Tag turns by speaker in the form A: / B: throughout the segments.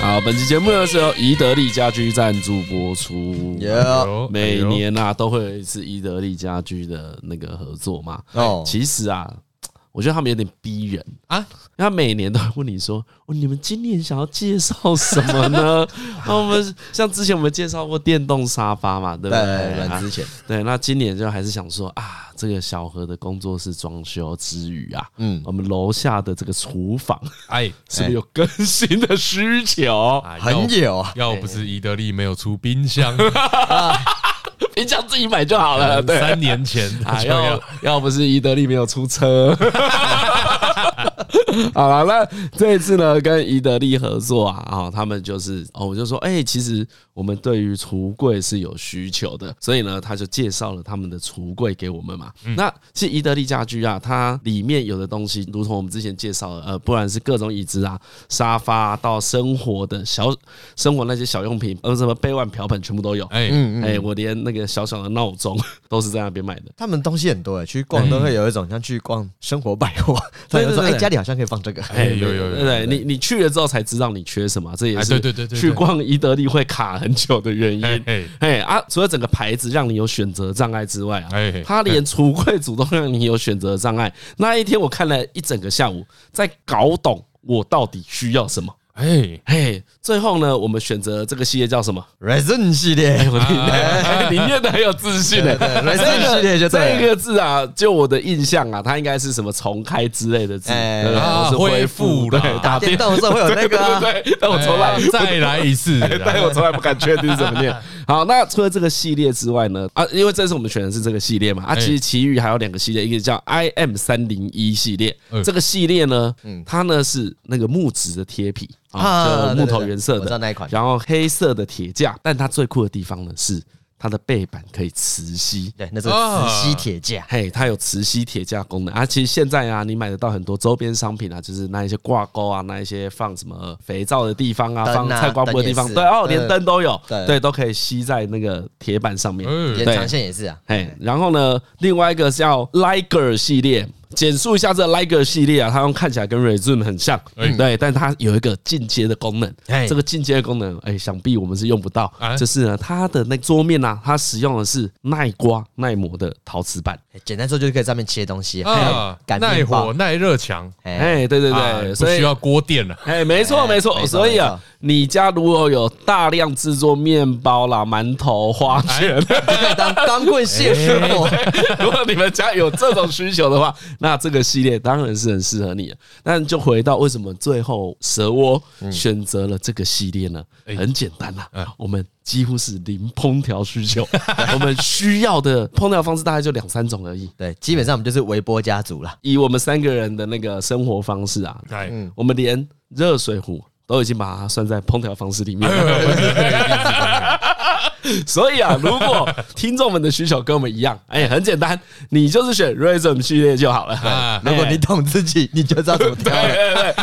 A: 好，本期节目呢是由宜得利家居赞助播
B: 哦啊
A: 出。
B: Yeah，
C: 有
A: 每年啊都会有一次宜得利家居的那个合作嘛。
B: 哦，
A: 其实啊，我觉得他们有点逼人
C: 啊，
A: 啊因为他每年都会问你说：“哦，你们今年想要介绍什么 呢？”那我们像之前我们介绍过电动沙发嘛，对不
B: 对，
A: 对？
B: 软
A: 啊
B: 之前，
A: 对，那今年就还是想说啊，这个小何的工作室装修之余啊，
B: 嗯，
A: 我们楼下的这个厨房
C: 哎，
A: 是不是有更新的需求？
C: 哎要
B: 很有啊，
C: 要不是宜得利没有出冰箱，
A: 别想自己买就好了， 对。
C: 三年 前
A: 啊，
C: 就要
A: 要要不是伊德利没有 出车，好了，那这一次呢，跟伊德利合作啊，啊、他们就是哦，我就说，哎、其实我们对于橱柜是有需求的，所以呢，他就介绍了他们的橱柜给我们嘛。
C: 嗯
A: 那其实伊德利家居啊，它里面有的东西，如同我们之前介绍的，呃，不然是各种椅子啊、沙发啊、到生活的小生活那些小用品，呃，什么杯碗瓢盆全部都有。
C: 哎，
B: 嗯
A: 哎、
B: 嗯，
A: 我连那个小小的闹钟 都是在那边买的。
B: 他们东西很多哎，去逛都会有一种像去逛生活百货，突然就说
A: 对对
B: 哎，
A: 对
B: 家里好像可以放这个，
C: 哎有有有
A: 对对，你你去了之后才知道你缺什么，这也
C: 哎
A: 是
C: 对对对对
A: 去
C: 对
A: 逛宜得利会卡很久的原因。
C: 哎
A: 哎啊，除了整个牌子让你有选择障碍之外啊，
C: 哎，
A: 他连橱柜组都让你有选择障碍。那一天我看了一整个下午，在搞懂我到底需要什么。
C: 哎，
A: 嘿，最后呢，我们选择这个系列 叫什么？
B: Resin 系列，
A: 我听哎你念的很有自信嘞、
B: 对对
A: 这个
B: 系列就对了
A: 这个字啊，就我的印象啊，它应该是什么重开之类的字，
B: 哎
A: 对不对
C: 啊
A: 或是恢复
C: 恢复啦
A: 对，
B: 打电动的时候会有那个啊，
A: 对，但我从来
C: 哎再来一 次，
A: 但我从来不敢确定怎么 念。好，那除了这个系列之外呢？啊，因为这次我们选的是这个系列嘛，啊，
C: 哎
A: 其实其余还有两个系列，一个叫 I M 三零一系列
B: 哎
C: 嗯，
A: 这个系列呢
B: 嗯，
A: 它呢是那个木质的贴皮啊，
B: 啊
A: 就木头原色
B: 对对对我知道那
A: 的
B: 一款，
A: 然后黑色的铁架，但它最酷的地方呢是它的背板可以磁吸。
B: 对，那是磁吸铁架，
A: 嘿，它有磁吸铁架功能啊！其实现在啊，你买得到很多周边商品啊，就是那一些挂钩啊，那一些放什么肥皂的地方啊，
B: 灯啊
A: 放菜瓜布的地方，对
B: 灯也是
A: 哦，
B: 对
A: 连灯都有，
B: 对
A: 对，都可以吸在那个铁板上面。
C: 嗯
B: 延长线也是啊，
A: 嘿，然后呢，另外一个叫 Liger 系列，简述一下这 Liger 系列啊，它用看起来跟 Resume 很像，
C: 哎
A: 对，但它有一个进阶的功能
B: 哎，
A: 这个进阶的功能，哎，想必我们是用不到，
C: 哎
A: 就是呢，它的那个桌面啊，它使用的是耐刮耐磨的陶瓷板。
B: 哎简单说就是可以上面切东西，
C: 啊，
B: 感
C: 耐
B: 应棒
C: 火耐热强，
B: 哎，
A: 哎，对对
C: 啊
A: 对，
C: 不
A: 所以
C: 需要锅电 了，
A: 哎，没错
B: 哎
A: 没
B: 没
A: 错，
B: 错
A: 所以
B: 没
A: 啊
B: 错，
A: 你家如果有大量制作面包啦、馒头、花卷，
B: 就可以当钢棍蟹师傅，
A: 哎 如果你们家有这种需求的话， 那这个系列当然是很适合你的。但就回到为什么最后蛇窝选择了这个系列呢？
C: 哎
A: 很简单啦，我们几乎是零烹调需求， 我们需要的烹调方式大概就两三种而已。
B: 对，基本上我们就是微波家族啦，
A: 以我们三个人的那个生活方式啊，
C: 哎，
A: 我们连热水壶都已经把它算在烹调方式里面了。
C: 哎
A: 所以啊，如果听众们的需求跟我们一样，哎，很简单，你就是选 Rhythm 系列就好了。
C: 啊，
B: 如果你懂自己，你就知道怎么挑了。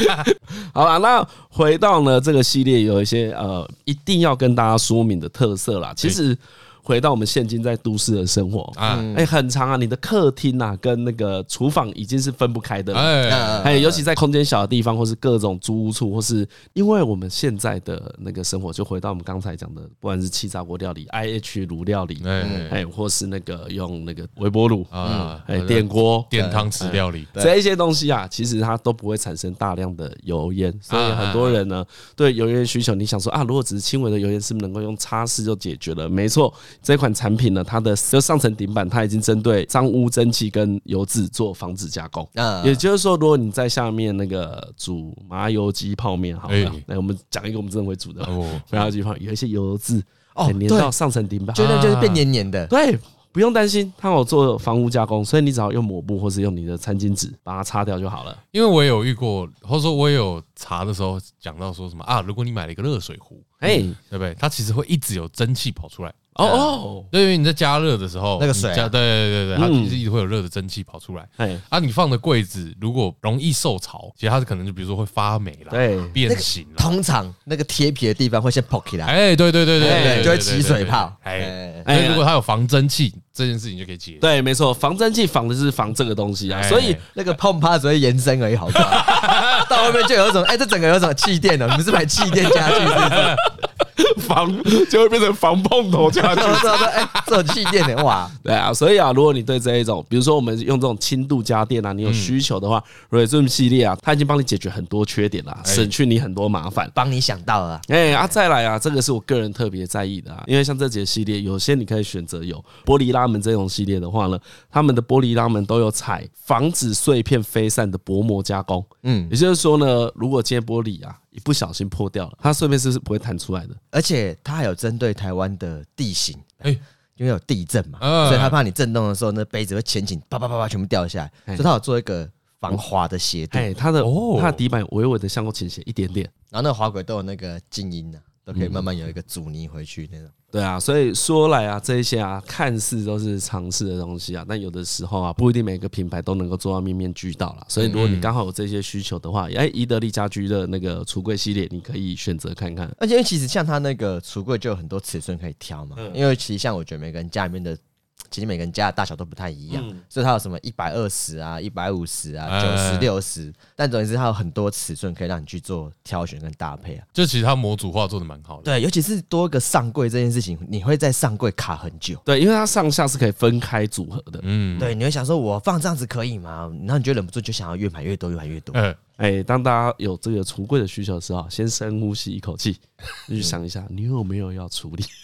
A: 好了，那回到呢这个系列有一些呃，一定要跟大家说明的特色啦。其实回到我们现今在都市的生活，
C: 嗯啊，
A: 哎，很长啊，你的客厅啊跟那个厨房已经是分不开的了。
C: 哎，
B: 嗯
A: 还有，尤其在空间小的地方，或是各种租屋处，或是因为我们现在的那个生活，就回到我们刚才讲的，不管是气炸锅料理、IH 炉料理，
C: 哎，
A: 哎，或是那个用那个微波炉，
C: 啊，
A: 哎，电锅。
C: 电汤匙料理，
B: 对
A: 这一些东西啊，其实它都不会产生大量的油烟，所以很多人呢对油烟需求，你想说啊，如果只是轻微的油烟，是不是能够用擦拭就解决了？没错，这款产品呢，它的就上层顶板它已经针对脏污、蒸汽跟油脂做防止加工。
B: 嗯
A: 也就是说，如果你在下面那个煮麻油鸡泡面，好了
C: 哎，
A: 那我们讲一个我们真的会煮的
C: 哦
A: 麻油鸡泡面，有一些油渍
B: 哦
A: 哎粘
B: 对
A: 到上层顶板，
B: 就那就是变黏黏
C: 啊
B: 的，
A: 对，不用担心，它有做房屋加工，所以你只要用抹布或是用你的餐巾纸把它擦掉就好了。
C: 因为我也有遇过，或者说我也有查的时候讲到说什么啊，如果你买了一个热水壶，
A: 哎，
C: 对不对？它其实会一直有蒸汽跑出来，
A: 哦哦，
C: 对，因为你在加热的时候，
B: 那个水啊
C: 你加对对对对，它
A: 嗯
C: 其实一直会有热的蒸汽跑出来。
A: 哎，
C: 啊，你放的柜子如果容易受潮，其实它是可能就比如说会发霉啦，
A: 对
C: 变形啦，
B: 通常那个贴皮的地方会先 p o 起来，
C: 哎，对对对对
A: 哎
C: 对，
B: 就会
C: 对
B: 起水泡。
C: 哎，所
B: 哎，
A: 哎
C: 以如果它有防蒸汽，这件事情就可以解决。
A: 对，没错，防蒸汽防的是防这个东西啊，
C: 哎
A: 所以
B: 那个碰趴只会延伸而已，好 不好？到后面就有一种，哎，这整个有一种气垫哦了。你们是买气垫家具是 不
C: 哎
B: 是？
A: 防就会变成防碰头家具。
B: 我说说，哎，这种气垫的哇，
A: 对啊，所以啊，如果你对这一种，比如说我们用这种轻度家电啊，你有需求的话 r e s u m 系列啊，它已经帮你解决很多缺点啦，
C: 哎
A: 省去你很多麻烦。
B: 帮你想到了。
A: 哎、啊，再来啊，这个是我个人特别在意的啊，因为像这几个系列，有些你可以选择有玻璃拉门这种系列的话呢，他们的玻璃拉门都有采防止碎片飞散的薄膜加工。
B: 嗯，
A: 也就是说呢，如果今天玻璃啊一不小心破掉了，它碎片是不是不会弹出来的？
B: 而且它还有针对台湾的地形，
C: 哎，
B: 因为有地震嘛，
C: 嗯
B: 所以他怕你震动的时候，那杯子会前倾，啪啪啪啪全部掉下
C: 哎
B: 来，所以他有做一个防滑的斜度，
A: 哎，它的、
C: 哦
A: 它的底板微微的向后倾斜一点点。
B: 然后那个滑轨都有那个静音的、都
C: 嗯
B: 可以慢慢有一个阻尼回去那种。
A: 对啊，所以说来啊，这一些啊，看似都是尝试的东西啊，但有的时候啊，不一定每个品牌都能够做到面面俱到啦。所以如果你刚好有这些需求的话，哎、宜得利家居的那个橱柜系列，你可以选择看看。
B: 而且因为其实像它那个橱柜就有很多尺寸可以挑嘛，因为其实像我觉得每个人家里面的，其实每个人家的大小都不太一样，所以它有什么一百二十啊、一百五十啊、九十
C: 哎
B: 六十，但总之它有很多尺寸可以让你去做挑选跟搭配啊。
C: 就其实它模组化做的蛮好的。
B: 对，尤其是多个上柜这件事情，你会在上柜卡很久。
A: 对，因为它上下是可以分开组合的。
C: 嗯，
B: 对，你会想说，我放这样子可以吗？然后你就忍不住就想要越买越多，越买越多。
C: 呃，
A: 哎、当大家有这个橱柜的需求的时候啊，先深呼吸一口气，去想一下你有没有要处理。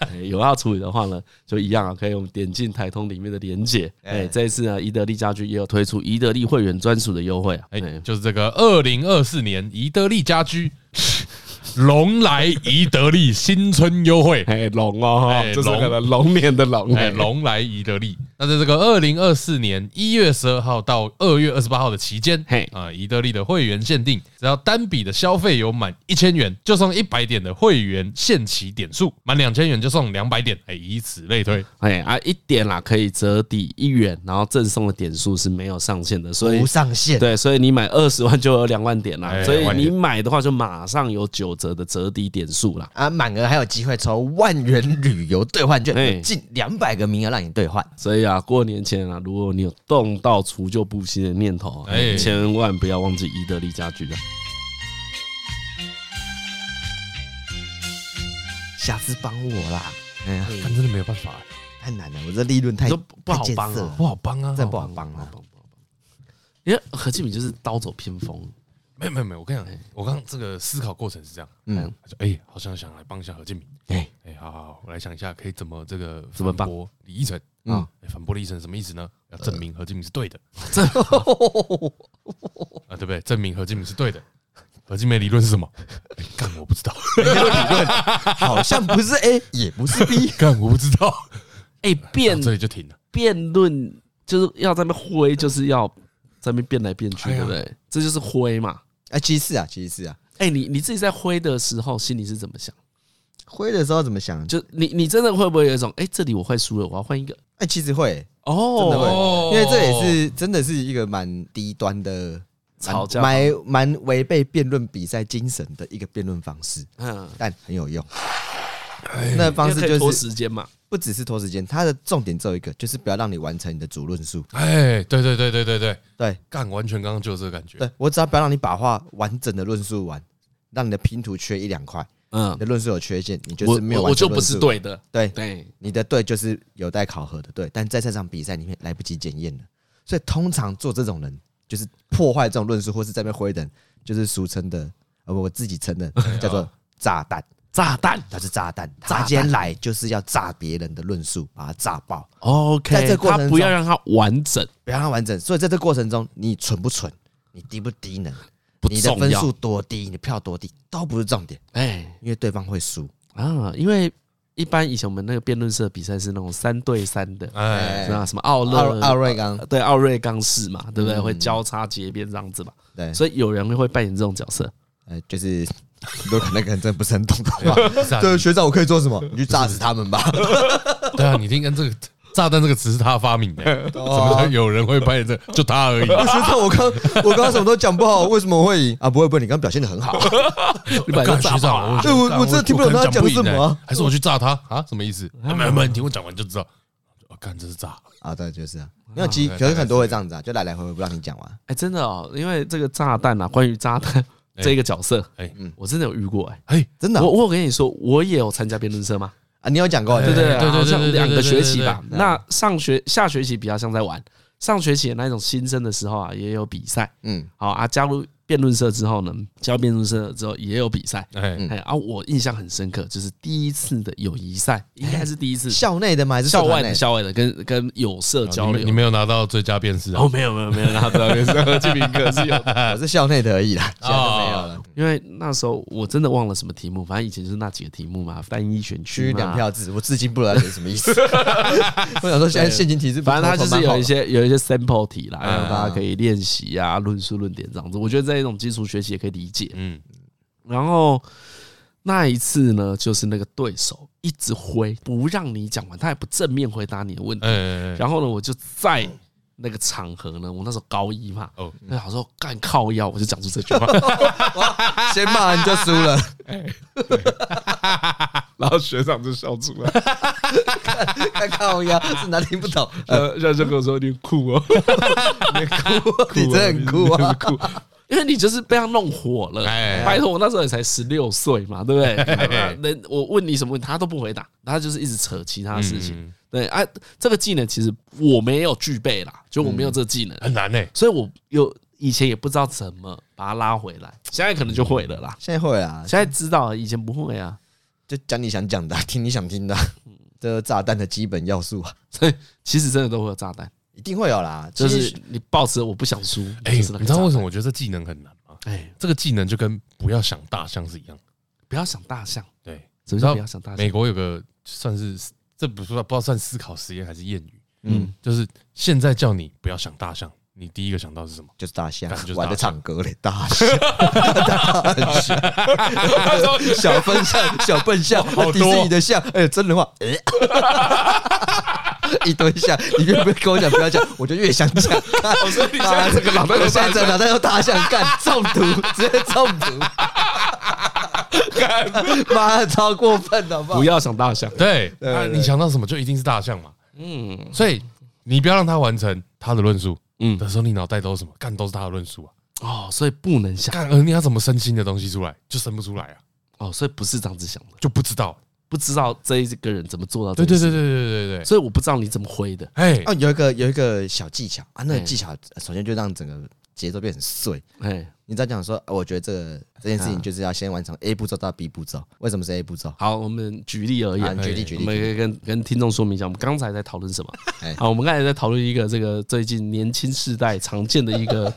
A: 哎有要处理的话呢，就一样啊，可以我们点进台通里面的连结。哎、
B: 哎
A: 这一次呢，宜得利家居也有推出宜得利会员专属的优惠啊。哎、
C: 哎，就是这个二零二四年宜得利家居 龙来宜得利新春优惠，
A: 哎，龙哦，哈
C: 哎
A: 就是
C: 龙
A: 可能龙年的龙，
C: 哎，龙来宜得利。那在这个二零二四年一月十二号到二月二十八号的期间，
A: 嘿
C: 啊，宜得利的会员限定，只要单笔的消费有满一千元，就送一百点的会员限期点数；满两千元就送两百点，哎，以此类推。
A: 哎啊，一点啦，可以折抵一元，然后赠送的点数是没有上限的，所以
B: 无上限。
A: 对，所以你买二十万就有两万点啦，
C: 哎
A: 所以
C: 两万
A: 你
C: 点
A: 买的话就马上有九折的折抵点数啦。
B: 啊，满额还有机会抽万元旅游兑换券，
A: 哎
B: 有近两百个名额让你兑换。
A: 所以啊，过年前啊，如果你有动到除旧布新的念头啊，
C: 哎
A: 千万不要忘记宜得利家居了。啊
B: 下次帮我啦，哎呀，
C: 但真的没有办法，
B: 太难了，我这利润太
A: 你说不不好帮啊
B: 太艰涩了
C: 不好帮啊，
B: 真的不好 帮啊。
A: 因为何建敏就是刀走偏锋，
C: 没有没有没有，我跟你讲，我刚刚这个思考过程是这样，
B: 哎嗯，
C: 他说哎，好像想来帮一下何建明，
B: 哎，
C: 哎，好好好，我来想一下可以怎么这个
A: 怎么帮
C: 反驳李依晨
B: 嗯
C: 啊？哎反驳李依晨什么意思呢？要证明何建明是 对的，啊，对不对？证明何建明是对的。何建明的理论是什么？哎干我不知道，
B: 好像不是 A 也不是 B，
C: 干我不知道，
A: 哎、辩
C: 到这里就停了。
A: 辩论就是要在那边挥，就是要在那边变来变去，
C: 哎呀
A: 对不对？这就是挥嘛。
B: 啊，其实是啊，其实是啊，
A: 哎、你你自己在挥的时候，心里是怎么想？
B: 挥的时候怎么想？就
A: 就你你真的会不会有一种，哎、这里我会输了，我要换一个？
B: 哎，其实会，真的
A: 哦，
C: 哦
B: 会，因为这也是真的是一个蛮低端的
A: 吵架
B: 蛮蛮违背辩论比赛精神的一个辩论方式，
A: 嗯，
B: 但很有用。那方式
A: 因为可以
B: 就
A: 拖
B: 是
A: 时间嘛。
B: 不只是拖时间，它的重点只有一个，就是不要让你完成你的主论述。
C: 哎，对对对对对对，
B: 对，
C: 干完全刚刚就有这个感觉。
B: 对我只要不要让你把话完整的论述完，让你的拼图缺一两块，
A: 嗯
B: 你，的论述有缺陷，你就
A: 我
B: 是没有
A: 我
B: 完
A: 我就
B: 整论
A: 不
B: 述
A: 是对的，
B: 对
A: 对，
B: 你的对就是有待考核的对，但在这场比赛里面来不及检验了。所以通常做这种人，就是破坏这种论述或是在那边挥的人，就是俗称的，呃，我自 己承认叫做炸弹，
A: 炸弹。
B: 他是炸弹，
A: 炸
B: 他
A: 弹
B: 今天来就是要炸别人的论述，把它炸爆，
A: OK，
B: 在这过程
A: 他
B: 中
A: 不要让它完整，
B: 不要让它完整。所以在这过程中，你蠢不蠢，你低不低能，
A: 不
B: 你的
A: 重
B: 分
A: 要
B: 数。多低，你票多低，都不是重点，
A: 哎
B: 因为对方会输。
A: 啊，因为一般以前我们那个辩论社比赛是那种三对三的，
C: 哎，
A: 是吧？什么奥
B: 奥
A: 勒
B: 奥瑞刚
A: 对奥瑞钢式嘛，对不对？会交叉结边这样子嘛，
B: 对，
A: 呃所以有人会扮演这种角色。
B: 呃，就是都可能可能真的不是很懂的话，
C: 是啊
B: 对学长，我可以做什么？你去炸死他们吧。
C: 对啊，你听跟这个炸弹这个词是他发 明的、
B: 哦
C: 怎么会有人会扮演这就他而已？
B: 学长，我刚我刚刚什么都讲不好，为什么我会赢啊？不会不会，你刚刚表现的 很好。
A: 你本来就炸
C: 学
A: 爆
C: 长，
A: 了
C: 我
A: 啊。
C: 觉得
B: 对我
C: 干
B: 我真的听不懂
C: 可能
B: 他
C: 讲
B: 讲什
C: 赢
B: 么啊
C: 欸还是我去炸他啊？什么意思？啊没有没有，你听我讲完就知道。我干，这是炸，
B: 啊，对，就是啊。没有，其
C: 大概
B: 可是很多会这样子啊，就来来回回不让你讲完。
A: 哎，真的哦，因为这个炸弹啊，关于炸弹这个角色，
C: 哎
A: 我真的有遇过哎。
C: 哎，
B: 嗯真的啊
A: 我我有跟你说，我也有参加辩论社吗？
B: 啊，你有讲过
C: 哎
A: 对不对
C: 对对对
A: 好像
C: 对对对
A: 两个
C: 对对
A: 学期
C: 对
A: 吧。
B: 对
A: 那上学下学期比较像在玩，上学期的那种新生的时候啊，也有比赛。
B: 嗯，
A: 好啊，加入辩论社之后呢，加入辩论社之后也有比赛。
C: 哎，
B: 嗯
A: 哎啊，我印象很深刻，就是第一次的友谊赛，应该是第一次
B: 校内的吗？还是社
A: 校
B: 团
A: 外
B: 内
A: 的校外的跟跟友社
C: 你
A: 交
C: 没
A: 流
C: 你。没有拿到最佳辨识啊
A: 哦，？没有没有没有，拿不到辩 论社，这名可是有的。
B: 哦我是校内的而已啦，
A: 哦
B: 其他都没有了。
A: 因为那时候我真的忘了什么题目，反正以前就是那几个题目嘛，单一选
B: 区
A: 区
B: 域
A: 嘛
B: 两票制，我至今不知道这是什 么意思。我想说，现在现金题是不
A: 反正它就是有一些有一些 sample 题啦，
C: 嗯
A: 让大家可以练习啊，论述论点这样子。我觉得这一种基础学习也可以理解。
C: 嗯，
A: 然后那一次呢，就是那个对手一直挥，不让你讲完，他也不正面回答你的问题。
C: 哎，
A: 然后呢，我就在那个场合呢，我那时候高一嘛，
C: 哦
A: 那想说干靠腰，我就讲出这句话，
B: 先骂人就输 了，
A: 然后学长就笑出来，
B: 看哎靠呀，是哪里听不懂？
A: 呃，学长就跟我说你酷 哦，
B: 你真的很酷啊！
A: 酷，因为你就是被他弄火了。
C: 哎
A: 拜托，我那时候也才十六岁嘛，对 不对？那那我问你什么问题，他都不回答，他就是一直扯其他事情。
C: 嗯
A: 对啊，这个技能其实我没有具备啦，就我没有这个技能，
C: 很难呢。哎
A: 所以我有以前也不知道怎么把他拉回来，现在可能就会了
C: 嗯
A: 啦。
B: 现在会啦，
A: 现在知道了，以前不会啊。
B: 就讲你想讲的，啊 听你想听的，这是炸弹的基本要素啊，
A: 所以其实真的都会有炸弹，
B: 一定会有啦。
A: 就
B: 其
A: 是
B: 实
A: 你抱持我不想输，
C: 哎，
A: 就
C: 你
A: 是那个
C: 知道为什
A: 炸
C: 么我觉得这技能很难吗？
A: 弹？哎，
C: 这个技能就跟不要想大象是一样的。
A: 不要想 大象，
C: 对，
A: 怎么
C: 知道
A: 叫不要想大象？
C: 美国有个算是这不算不知道算思考实验还是谚语，
A: 嗯，
C: 就是现在叫你不要想大象，你第一个想到是什么？
B: 就是大象啊
C: 干就是大象
B: 玩的唱歌嘞，大象，大象，小笨象，小笨象，
C: 好多
B: 迪士尼的象，哎，真的话，哎 一堆象，你越不跟我讲不要讲，我就越想讲。啊，这个脑袋，我现在这个脑袋用大象干中毒，直接中毒。妈的，超过分的，好不好
A: 不？要想大象，
C: 对，
B: 对
C: 那
B: 对
C: 你想到什么就一定是大象嘛。
A: 嗯
C: 所以你不要让他完成他的论述
A: 嗯，
C: 的时候，你脑袋都是什么？干都是他的论述啊！
A: 哦，所以不能想。
C: 干，而你要怎么生新的东西出来，就生不出来啊，
A: 哦，所以不是这样子想的，
C: 就不知道。
A: 不知道这一个人怎么做到
C: 对
A: 这件
C: 对
A: 事
C: 对对对对对对，
A: 所以我不知道你怎么挥的。
C: 哎
B: 哦，有一个有一个小技巧啊，那个
A: 嗯
B: 技巧呃首先就让整个节奏变很碎。
A: 哎，
B: 你在讲说，呃我觉得这个这件事情就是要先完成 A 步骤到 B 步骤，为什么是 A 步骤？
A: 好，我们举例而
B: 啊，
A: 言
B: 你，举例
C: 哎
B: 举
A: 我
B: 例，
A: 们
B: 举
A: 可
B: 例
A: 以跟跟听众说明一下，我们刚才在讨论什么
B: 哎？
A: 好，我们刚才在讨论一个这个最近年轻世代常见的一个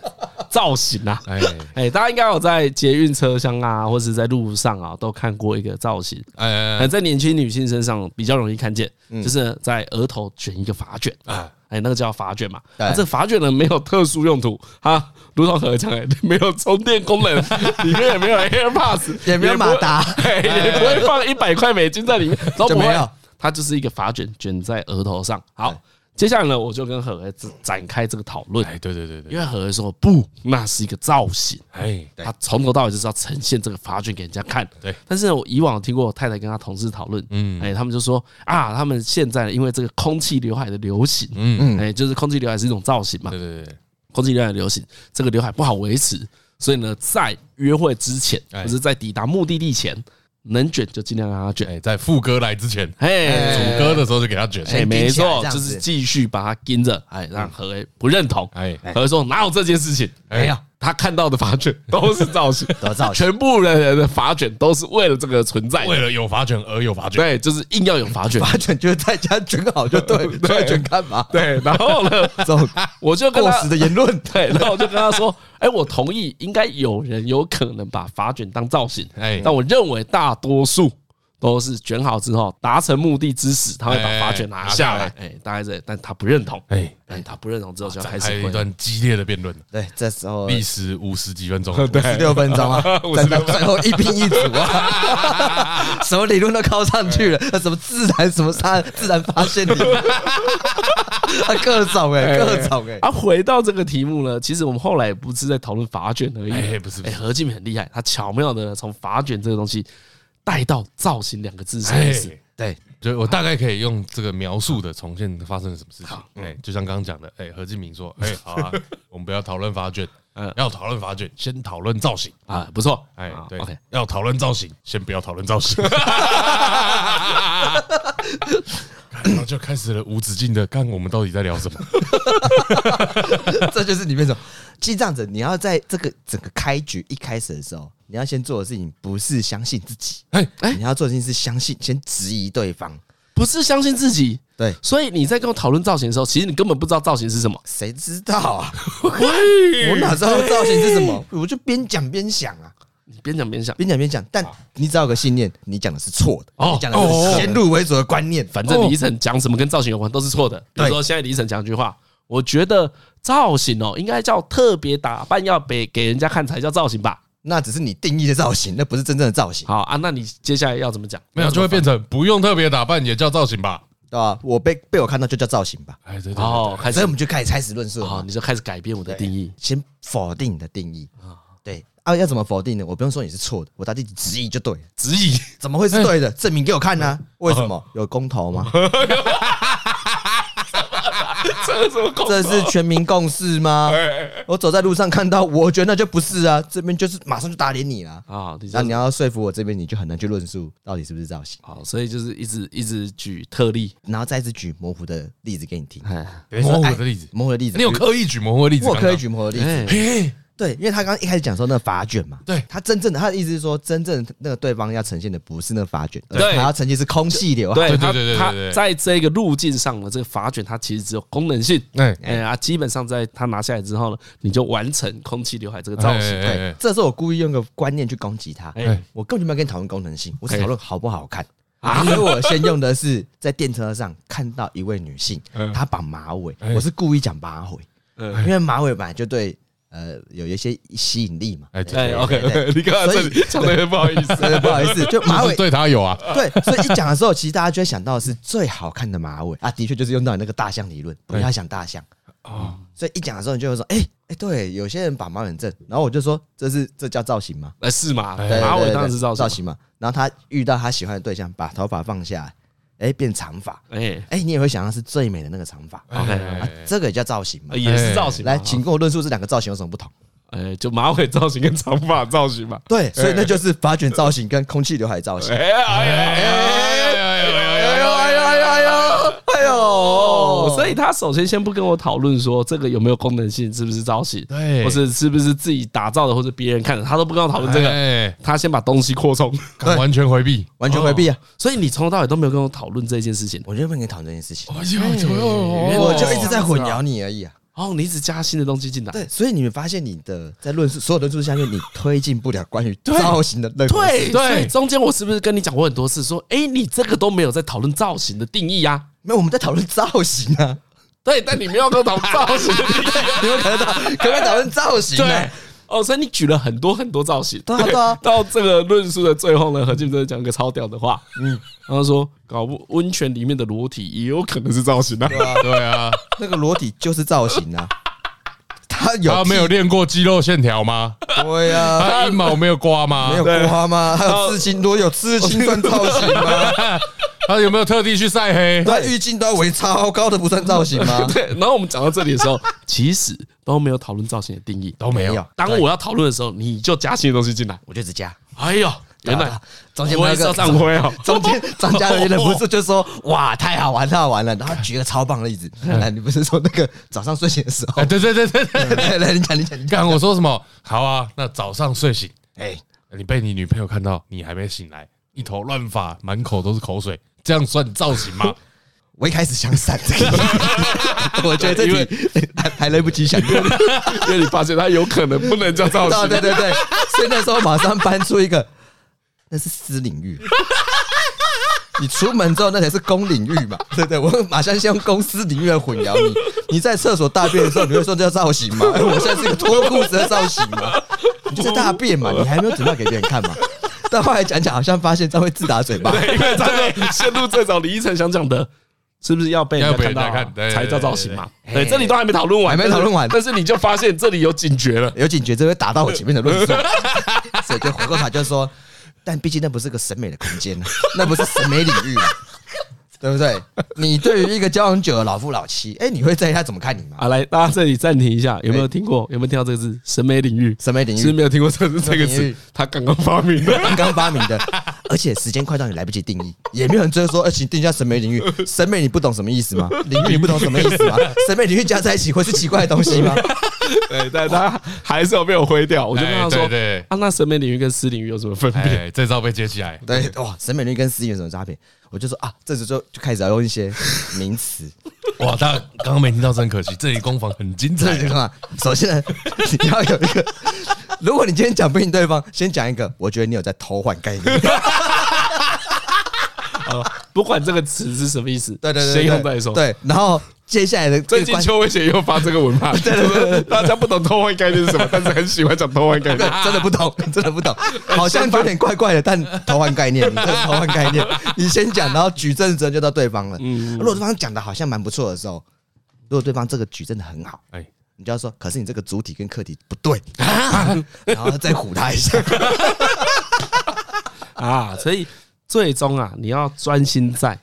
A: 造型 啊。
C: 哎
A: 哎，大家应该有在捷运车厢啊，或是在路上啊，都看过一个造型，
C: 哎
A: 呃，
C: 哎
A: 在年轻女性身上比较容易看见，
B: 嗯
A: 就是在额头卷一个发卷
C: 哎，
A: 哎，那个叫发卷嘛。
B: 啊对
A: 啊、这发卷呢没有特殊用途，哈，如同何讲，哎， 没有充电功 能，里面也没有 AirPods，
B: 也没有
A: 不会
B: 马达
A: 哎也不会放一百块美金在里面， 都
B: 就
A: 不
B: 没
A: 会
B: 有。
A: 它就是一个发卷卷在额头上。好，接下来呢，我就跟何展展开这个讨论，
C: 哎，对对对对
A: 因，为何儿说不，那是一个造型。
C: 哎
B: 对
A: 他从头到尾就是要呈现这个发卷给人家看。
C: 对
A: 但是我以往听过我太太跟她同事讨论，嗯，哎，他们就说啊，他们现在因为这个空气刘海的流行，嗯，哎，就是空气刘海是一种造型嘛
C: 对，对对，
A: 空气刘海的流行，这个刘海不好维持，所以呢，在约会之前，
C: 哎
A: 或是在抵达目的地前，能卷就尽量让它卷。
C: 哎，在副歌来之前，
A: 哎，
C: 主歌的时候就给他卷。
A: 哎，
B: 先
A: 没
B: 盯起来
A: 错
B: 这，样
A: 就
B: 子
A: 是继续把它盯着，哎，让何为不认同，哎
C: 哎，
A: 何为说哪有这件事情？
C: 哎呀，
A: 他看到的发卷都是造型，
B: 都是造型
A: 全部的人的发卷都是为了这个存在的，
C: 为了有法卷而有法卷，
A: 对，就是硬要有发卷，
B: 发卷就是在家卷好就 对，发卷干嘛？
A: 对，然后呢，
B: 这种
A: 我就跟
B: 过
A: 他
B: 时的言论，
A: 对，然后我就跟他说，哎，我同意，应该有人有可能把发卷当造型，
C: 哎
A: 但我认为大多数都是卷好之后达成目的之时，他会把
C: 哎
A: 发卷拿
C: 拿
A: 下
C: 下
A: 来
C: 来。
A: 哎，大概这，但他不认同。
C: 哎，
A: 哎，他不认同之后就要
C: 展
A: 开
C: 开
A: 始
C: 一
A: 会。
C: 段激烈的辩论，
B: 对，这时候
C: 历时五十几 分钟，
B: 十六分钟啊， 站到最后一兵一卒 啊，什么理论都靠上去了，什么自然什么杀自然发 现你，啊各种哎，各种哎，
A: 啊，回到这个题目呢，其实我们后来也不是在讨论法卷而已。
C: 哎，不是不
A: 哎，
C: 是，
A: 何进很厉害，他巧妙的从法卷这个东西带到造型两个字上
C: 哎
A: 面。是
B: 对，
C: 所以我大概可以用这个描述的重现发生了什么事情。哎，就像刚刚讲的，哎，何敬明说，哎，好啊，我们不要讨论发卷
A: 嗯，
C: 要讨论发卷，先讨论造型。
A: 啊，不错。
C: 哎
A: 啊，
C: 对
A: ，OK，，
C: 要讨论造型，先不要讨论造型。然后就开始了无止境的，看我们到底在聊什么。
B: 这就是里面什么。其实这样子，你要在这个整个开局一开始的时候，你要先做的事情不是相信自己，
C: 哎，
B: 你要做的事情是相信，先质疑对方。
A: 不是相信自己。
B: 对，
A: 所以你在跟我讨论造型的时候，其实你根本不知道造型是什么。
B: 谁知道 啊？我哪知道造型是什么？我就边讲边想啊，
A: 你边讲边想，
B: 边讲边讲。但你只要有个信念，你讲的是错的，
C: 啊哦
B: 你讲的是先入为主的观念。
A: 反正李晨讲什么跟造型有关都是错的。比如说现在李晨讲一句话，我觉得造型哦，应该叫特别打扮，要给给人家看才叫造型吧。
B: 那只是你定义的造型，那不是真正的造型，
A: 好啊，那你接下来要怎么讲？
C: 没有就会变成不用特别打扮也叫造型吧？
B: 对吧？我被被我看到就叫造型吧，
C: 哎，对对对，
A: 哦，开始
B: 所以我们就开始开始论述了
A: 哦，
B: 嘛。
A: 你就开始改变我的定义。
B: 先否定你的定义对啊，要怎么否定呢？我不用说你是错的，我到底质疑就对了。
C: 质疑。
B: 怎么会是 对的？证明给我看呢、啊为什么有公投吗？
A: 这什么狗？
B: 这是全民共识吗？
C: 哎
B: 我走在路上看到，我觉得那就不是啊，这边就是马上就打脸你啦。
A: 啊，你这
B: 那你要说服我这边，你就很难去论述到底是不是造型，
A: 好，哦所以就是一直一直举特例。
B: 然后再次举模糊的例子给你听，
A: 哎，
B: 比如说
C: 模糊
B: 哎
C: 的例子，
B: 模糊的例子，
C: 你有刻意举模糊的例
B: 比
C: 子？
B: 如我有
C: 刚
B: 科
C: 刚
B: 举模糊的例子，
A: 哎
C: 嘿，
B: 对，因为他刚刚一开始讲说那个法卷嘛，
C: 对
B: 他真正的他的意思是说，真正那个对方要呈现的不是那个法卷，
A: 对
B: 他要呈现是空气流啊，
A: 对
C: 对
A: 他
C: 对对对
A: 他
C: 对对
A: 在这个路径上呢，这个法卷它其实只有功能性。
C: 哎，
A: 哎啊，基本上在他拿下来之后呢，你就完成空气刘海这个造型。
C: 哎哎
B: 对
C: 哎，
B: 这是我故意用个观念去攻击他，
A: 哎
B: 我根本就没有跟你讨论功能性，我只
A: 哎啊
B: 讨论好不好看。因为我先用的是在电车上看到一位女性，
C: 嗯
B: 她绑马尾，
C: 哎
B: 我是故意讲马尾，
A: 嗯
B: 因为马尾本来就对呃有一些吸引力嘛。
C: 哎
A: 哎
C: 对
A: ，OK，
B: 对
A: 你刚才这里讲的很不好意思。
B: 所以不好意思，就马
C: 就
B: 尾
C: 是对他有啊，
B: 对，所以一讲的时候，其实大家就会想到的是最好看的马尾啊，的确就是用到你那个大象理论，不要想大象。嗯
C: 哦，
B: 所以一讲的时候，你就会说，哎、哎、对，有些人绑马尾很正，然后我就说这是这叫造型吗？
A: 哎，是嘛？
C: 哎
B: 对
A: 马
B: 对
A: 尾
B: 对
A: 当然是造
B: 造
A: 型。
B: 型嘛。然后他遇到他喜欢的对象，把头发放下来，哎、变长发，
A: 哎
B: 哎、你也会想到是最美的那个长发，
A: ，OK，
C: 哎
B: 啊，这个也叫造型嘛
A: 哎。也是造型嘛。
B: 来，请跟我论述这两个造型有什么不同？
A: 哎，就马尾造型跟长发造型嘛。
B: 对，所以那就是发卷造型跟空气刘海造型。
A: 哎哎哎哎哎
C: 哎呦
B: 哎呦哎呦哎 呦哎
A: 哦
B: 呦！，
A: 所以他首先先不跟我讨论说这个有没有功能性，是不是造型，
C: 对
A: 或是是不是自己打造的，或者别人看的，他都不跟我讨论这个，
C: 哎，
A: 他先把东西扩充。
C: 敢完全回避，
B: 完全回避啊！
A: 所以你从头到尾都没有跟我讨论这件事情
B: 我就不跟你讨论这件事情，
C: 哎呦哎呦
B: 我就一直在混淆你而已啊。
A: 哦，你一直加新的东西进来，
B: 对，所以你们发现你的在论述所有论述下面，你推进不了关于造型的任何事
A: 对
B: 情
A: 所以中间我是不是跟你讲过很多次说，哎，你这个都没有在讨论造型的定义啊？
B: 没有，我们在讨论造型啊，
A: 对，但你没有跟我讨论造型的定 义。
B: 你们可能讨可能讨论造型
A: 对
B: 啊，，
A: 哦，所以你举了很多很多造型。
B: 对啊对啊
A: 到这个论述的最后呢，何进真的讲一个超屌的话，嗯，他说搞不温泉里面的裸体也有可能是造型啊。
C: 对啊，
B: 那个裸体就是造型啊，他有
C: 啊他没有啊
B: 屁
C: 练过肌肉线条吗？
B: 对呀，
C: 他阴毛没有刮吗？
B: 没有刮吗？还有刺青，如果有刺青算造型吗？
C: 他有没有特地去晒黑？
B: 他浴巾都要围超高的，不算造型吗？
A: 对，然后我们讲到这里的时候，其实都没有讨论造型的定义。
C: 都没
B: 没
C: 有
B: 有。
A: 当我要讨论的时候，你就加新的东西进来。
B: 我就只加，
A: 哎呦，原
B: 对
A: 来
B: 啊中间
A: 我
B: 那
A: 也是要
B: 个
A: 站灰哦。
B: 中间张嘉伦忍不住就 说：“哇，太好玩，太好玩了！”然后举个超棒的例子，
A: 嗯
B: 来，你不是说那个早上睡醒的时候
C: 哎，？对对对对对，
B: 来来，你讲，你讲，你讲。
C: 干我说什么？好啊，那早上睡醒，
B: 哎，
C: 你被你女朋友看到，你还没醒来，一头乱发，满口都是口水，这样算造型吗？
B: 我一开始想闪这个， 我觉得这题还还来不及 想。对
A: 因为你发现它有可能不能叫 造型，
B: 对对对，所以那时候马上搬出一个，那是私领域， 你出门之后那才是公领域嘛， 对不对？我马上先用公司领域来混淆你。 你在厕所大便的时候，你会说这叫造型吗？哎我现在是一个脱裤子的造型吗？你就是大便嘛，你还没有准备给别人看嘛。但后来讲讲，好像发现这样会自打 嘴巴。
A: 因为他就陷入最早李依晨想讲的，是不是要被人家看到
C: 要被人家看对对对
A: 才叫造型嘛？对，
B: 对
A: 这里都还没讨论完，
B: 还没讨论完
A: 但是但是你就发现这里有警觉了。
B: 有警觉，这会打到我前面的论述， 所以就回过头来就说，但毕竟那不是个审美的空间、啊，那不是审美领域、啊，对不对？你对于一个交往久的老夫老妻，哎、你会在意他怎么看你吗？
A: 啊，来，大家这里暂停一下，有没有听过？有没有听到这个字？审美领域，
B: 审美领
A: 是不是
B: 域
A: 没有听过这个这个
B: 审美领
A: 词
B: 域，
A: 他刚刚发明的。
B: 刚刚发明的，而且时间快到你来不及定义，也没有人追说，哎、请定一下审美领域，审美你不懂什么意思吗？领域你不懂什么意思吗？审美领域加在一起会是奇怪的东西吗？
A: 对，但他还是有被我挥掉。我就跟他说
C: 哎对对：“
A: 啊，那审美领域跟私领域有什么分别
C: 哎，这招被接起来，
B: 对，哇，审美领域跟私域有什么差别？我就说啊，这时候就就开始要用一些名词。
C: 哇！大家刚刚没听到，真可惜，这里攻防很精
B: 这
C: 彩
B: 情。况，首先呢，你要有一个，如果你今天讲不赢对方，先讲一个，我觉得你有在偷换概念。？”
A: 啊，不管这个词是什么意思，
B: 对对对，
A: 先
B: 对
A: 用再说。，
B: 对，然后接下来的
A: 最
B: 最
A: 近
B: 关
A: 邱伟杰又发这个文案， 对对对，大家不懂偷换概念是什么，但是很喜欢讲偷换概念。
B: 真的不懂，真的不懂，好像有点怪怪的，但偷换概念，你这是偷换概念，你先讲，然后举证之后就到对方了。如果对方讲的好像蛮不错的时候，如果对方这个举证的很好，
C: 哎，
B: 你就要说，可是你这个主体跟客体不对，然后再唬他一下。
A: 啊，所以最终啊，你要专心在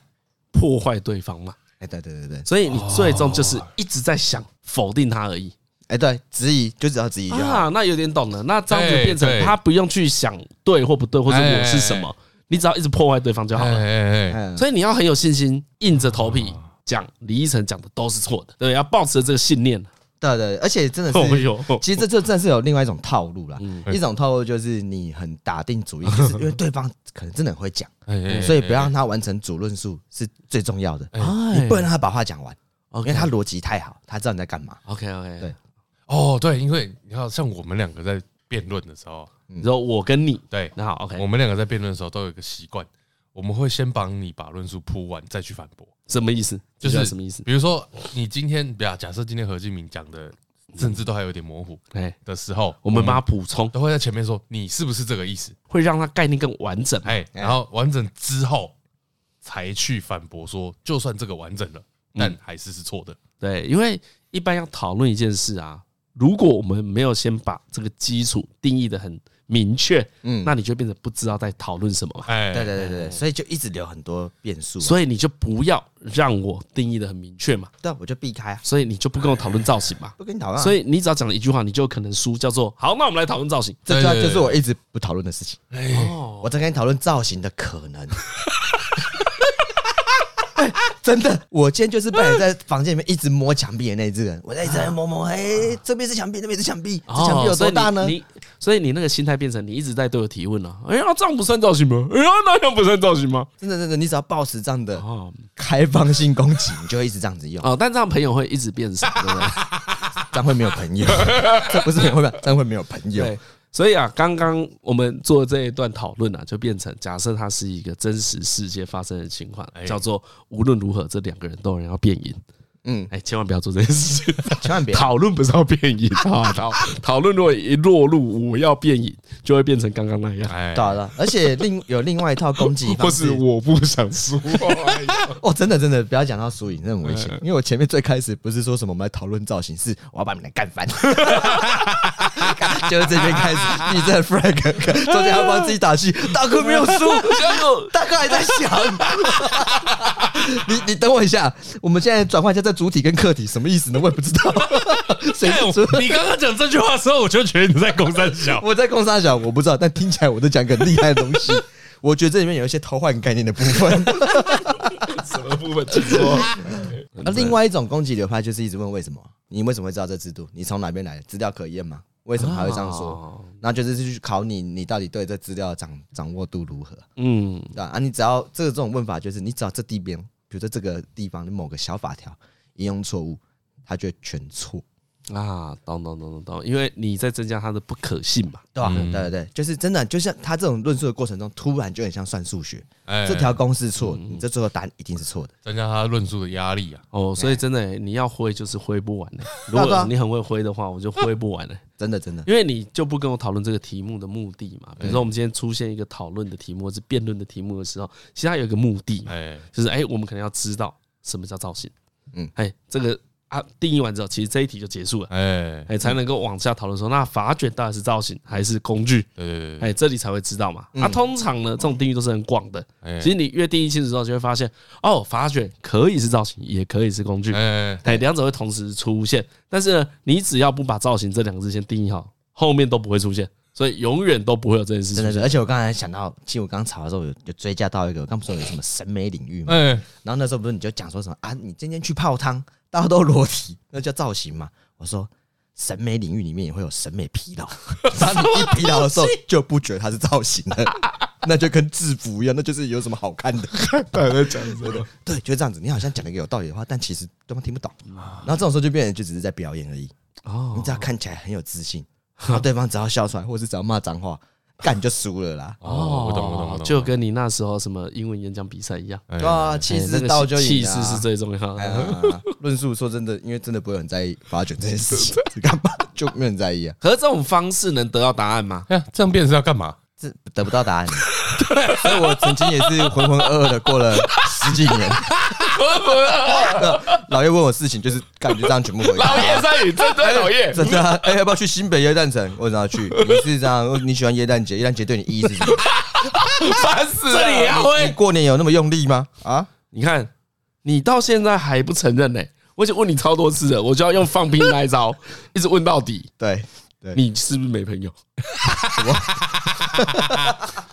A: 破坏对方嘛，
B: 哎，对对对对，
A: 所以你最终就是一直在想否定他而已
B: 哎对，质疑就只要质疑就好。
A: 啊。那有点懂了，那这样子
C: 对
A: 变成
C: 对
A: 他不用去想对或不对，或者我是什么，你只要一直破坏对方就好
C: 哎
A: 了。
C: 哎哎，
B: 嗯，
A: 所以你要很有信心，硬着头皮讲李依晨讲的都是错的，对，要保持这个信念。
B: 对对，对而且 真的
A: 哦
B: 是
A: 哟，
B: 其实这这这是有另外一种套路啦，
C: 嗯
B: 一
C: 哎
B: 种套路就是你很打定主意， 就是因为对方可能真的很会讲，
C: 哎
B: 所以不要让他完成主论述是最重要的，
A: 哎
B: 你不能让他把话讲完，
C: 哎
B: 因
A: OK
B: 为他逻辑太好，他知道你在干嘛。
A: OK OK，
B: 对
C: 哦，对，因为你看，像我们两个在辩论的时候，
A: 你说我跟你，
C: 对，
A: 那好 OK，
C: 我们两个在辩论的时候都有一个习惯，我们会先帮你把论述铺完，再去反驳。
A: 什么意思？
C: 就
A: 你觉
C: 是
A: 得什么意思？
C: 比如说，你今天，比如假设今天何敬明讲的，甚至都还有点模糊
A: 哎，
C: 的时候，
A: 我们把它补充，
C: 都会在前面说你是不是这个意思？
A: 会让他概念更完整。
C: 哎，然后完整之后才去反驳说，就算这个完整了，
A: 嗯
C: 但还是是错的。
A: 对，因为一般要讨论一件事啊，如果我们没有先把这个基础定义的很明确，嗯，那你就变成不知道在讨论什么嘛。
C: 哎，
B: 对对对对对，所以就一直留很多变数嘛，啊
A: 所以你就不要让我定义的很明确嘛，
B: 对啊我就避开啊，
A: 所以你就不跟我讨论造型嘛。
B: 不跟你讨论啊。
A: 所
B: 以
A: 以你只要讲了一句话，你就有可能输，叫做好，那我们来讨论造型。
B: 这就
C: 对对
B: 就
C: 对
B: 是我一直不讨论的事情，
A: 哦，
B: 我在跟你讨论造型的可能。 哎真的，我今天就是扮演在房间里面一直摸墙壁的那一只人，我在一直在摸摸，哎，这边是墙壁，那边是墙壁，这墙壁有多大呢
A: 哦所以？你你所以你那个心态变成你一直在对我提问了、哎呀，这样不算造型吗？哎呀，那样不算造型吗？
B: 真的真的，你只要抱持这样的
A: 哦
B: 开放性攻击，你就会一直这样子 用，
A: 哦，但这样朋友会一直变 少，对不对？
B: 这样会没有朋友，这不是朋友会没有，这样会没有朋友。
A: 对，所以啊，刚刚我们做这一段讨论啊，就变成假设它是一个真实世界发生的情况，
C: 哎
A: 叫做无论如何这两个人都有人要变赢。
B: 嗯，
A: 哎，千万不要做这件事 情。
B: 千万别
A: 讨论不是要变赢啊，讨讨论如果一落入我要变赢，就会变成刚刚那样，
C: 哎，
B: 打了，啊而且另有另外一套攻击
A: 或
B: 方
A: 是
B: 式。
A: 我不想 输。
B: 哦，真的真的，不要讲到输赢，那很危险。
C: 嗯
B: 因为我前面最开始不是说什么我们来讨论造型，是我要把你们干翻， 就是这边开始立正 flag，中间还要帮自己打气，大哥没有 输，
A: 哦
B: 大哥还在想。 你你等我一下，我们现在转换一下这主体跟客体什么意思呢？我也不知 道，谁
C: 哎
B: 知道？
C: 我你刚刚讲这句话的时候，我就觉得你在攻三小。
B: 我在工商小，我不知道，但听起来我在讲一个很厉害的东西。我觉得这里面有一些偷换概念的部分。
A: 什么部呃分？请 说。
B: 那另外一种攻击流派就是一直问为什么，你为什么会知道这制度？你从哪边来的？资料可验吗？为什么他会这样说
A: 哦？
B: 然后就是去考你，你到底对这资料的掌掌握度如何，
A: 嗯，
B: 对吧？啊，你只要这个这种问法，就是你只要这地边，比如说这个地方的某个小法条应用错误，它就会全错。
A: 啊，懂懂懂懂懂，因为你在增加它的不可信嘛。
B: 对吧、啊
C: 嗯
B: 对对对，就是真的，就像他这种论述的过程中，突然就很像算数学，
C: 哎，
B: 这条公式错，你这最后答案一定是错的。
C: 增加他论述的压力啊。
A: 哦，所
B: 哎
A: 以真的欸、你要挥就是挥不完的、如
B: 对啊对啊
A: 果你很会挥的话，我就挥不完了、
B: 真的真的，
A: 因为你就不跟我讨论这个题目的目的嘛。
B: 哎
A: 比如说，我们今天出现一个讨论的题目或是辩论的题目的时候，其实它有一个目的嘛，
C: 哎，
A: 就是哎、我们可能要知道什么叫造型。嗯
B: 嗯，
A: 哎、这个啊，定义完之后，其实这一题就结束了。
C: 哎，
A: 哎，才能够往下讨论说，那发卷到底是造型还是工具？
C: 对对对对，
A: 哎，这里才会知道嘛。啊，通常呢，这种定义都是很广的。
C: 哎
A: 其实你越定义清楚之后，就会发现，哦，发卷可以是造型，也可以是工具。
C: 哎，
A: 哎，两者会同时出现，但是呢，你只要不把造型这两个字先定义好，后面都不会出现，所以永远都不会有这件事
B: 真的
A: 情。
B: 是。而且我刚才想到，其实我刚吵的时候有有追加到一个，我刚不是说有什么审美领域嘛？
C: 哎，
B: 然后那时候不是你就讲说什么啊，你今天去泡汤，大家都裸体，那叫造型嘛？我说审美领域里面也会有审美疲 劳，当你一疲劳的时候就不觉得它是造型 了，那就跟制服一样，那就是有什么好看的？
C: 他在讲什么？
B: 对，就这样子。你好像讲了一个有道理的话，但其实对方听不懂。然后这种时候就变成就只是在表演而已。
A: 啊哦
B: 你，只要看起来很有自信，然后对方只要笑出来，或是只要骂脏话，干你就输了啦。
C: 哦，我懂我懂我懂，
A: 就跟你那时候什么英文演讲比赛一样，
C: 哎
B: 对啊，气
A: 哎那
B: 势
A: 个
B: 到就
A: 气
B: 赢啊
A: 势是最重要
B: 哎
A: 的。
B: 呀 论述说真的，因为真的不会有人在意发卷这件事情，干嘛就没有人在意啊？
A: 可是这种方式能得到答案吗？
C: 哎呀，这样变是要干嘛？
B: 这得不到答 案。所以我曾经也是浑浑噩噩的过了十几年。老爷问我事情，就是感觉这样全部回答。
C: 在你真的讨厌
B: 真的啊、哎、要不要去新北耶诞城？我想要去。你是这样，你喜欢耶诞节？耶诞节对你意义是什么？
C: 烦死
A: 这里也啊要
B: 你
A: 会，
B: 过年有那么用力吗？啊？
A: 你看，你到现在还不承认呢、我已经问你超多次了，我就要用放屁那一招， 一直问到底。
B: 对对，
A: 你是不是没朋友？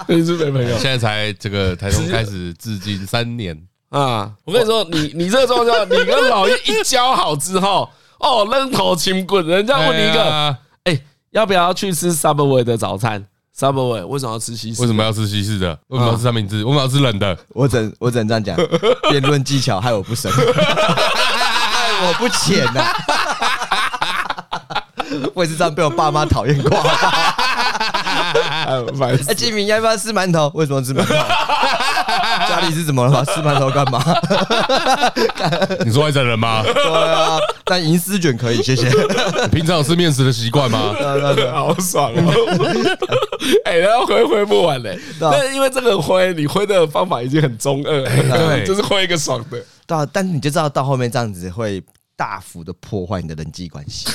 A: 你是不是没朋友
C: 现在才这个台中开始，至今三年，
A: 啊！我跟你说，你你这个状 况，你跟老叶一交好之后，哦，扔头轻棍，人家问你一
C: 哎
A: 个，
C: 呀
A: 哎，要不要去吃 Subway 的早餐？Subway 为什么要吃西式？
C: 为什么要吃西式的？为什么要吃三明
A: 嗯
C: 治？为什么要吃冷的？
B: 我只能我只能这样 讲，辩论技巧害我不深， 害我不浅呐、我也是这样被我爸妈讨厌过。
A: 烦
B: 哎，金明要不要吃馒头？为什么要吃 馒头？家里是怎么了吗？吃馒头干嘛？
C: 你是外省人 吗？
B: 对啊，但银丝卷可以， 谢谢。
C: 你平常有吃面食的习惯吗？
A: 好爽哦！哎，然后挥挥不完嘞、
B: 对啊
A: 但因为这个挥，你挥的方法已经很中二了、
C: 对
A: 就是挥一个爽的。
B: 对啊，但你就知道到后面这样子会大幅的破坏你的人际关 系，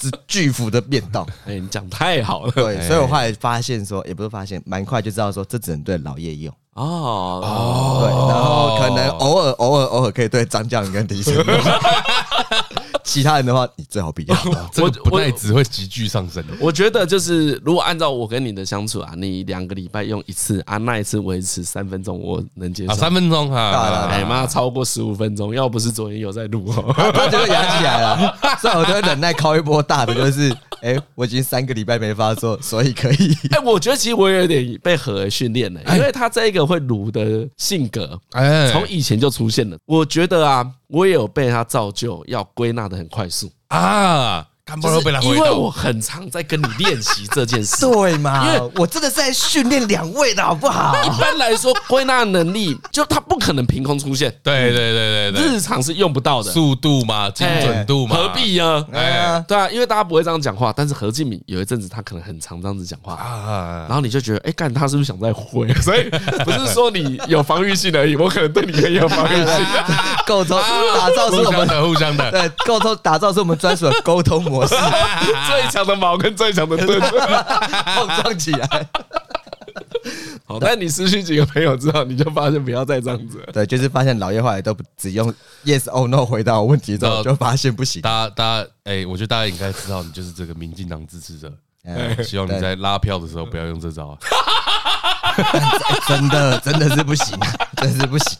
B: 是巨幅的变动。
A: 哎、你讲太好了
B: 对，所以我后来发现说，也不是发现，蛮快就知道说，这只能对老叶用。
A: 哦
B: 对，然后可能偶尔、偶尔、偶尔可以对张将跟李晨 用，其他人的话，你最好不要。
C: 这个不耐值会急剧上升。
A: 我觉得就是，如果按照我跟你的相处啊，你两个礼拜用一次啊，那一次维持三分钟，我能接
C: 啊，
A: 受。
C: 三分钟
B: 啊
C: 哈，
A: 哎妈，超过十五分钟，要不是昨天有在录哦，
B: 他就会养起来了，所以我就会忍耐敲一波大的，就是，哎、我已经三个礼拜没发作，所以可以。
A: 哎，我觉得其实我有点被何儿训练了，因为他这一个会撸的性格，
C: 哎，
A: 从以前就出现了。我觉得啊，我也有被他造就，要归纳的很快速，
C: 啊，干不
A: 就
C: 了被他
A: 是因
C: 回
A: 为
C: 到
A: 我很常在跟你练习这件 事。
B: 对 嘛？我真的是在训练两位的好不好？
A: 一般来说，归纳能力就他不可能凭空出现，
C: 对对对对对，
A: 日常是用不到的。
C: 速度嘛，精准度嘛，
A: 何必呢？
B: 哎呀，
A: 对啊，因为大家不会这样讲话，但是何敬敏有一阵子他可能很常这样子讲话，
C: 啊？
A: 然后你就觉得，哎，干他是不是想再 挥？所以不是说你有防御性而已，我可能对你也有防御性。
B: 构造啊打造是
C: 互
B: 哎啊我
C: 相
B: 们
C: 的，互相的，
B: 对构造打造是我们专属的沟通模式，
A: 最强的矛跟最强的盾。
B: 碰撞起来。
A: 好，但你失去几个朋友之后，你就发现不要再这样子了。
B: 对，就是发现老叶后来都不只用 yes or no 回答我问题之后，
C: 呃
B: 我就发现不行。
C: 大家大家，哎，我觉得大家应该知道，你就是这个民进党支持者。
B: 哎
C: 希望你在拉票的时候不要用这 招啊！
B: 真的真的是不行，啊 真的是不行。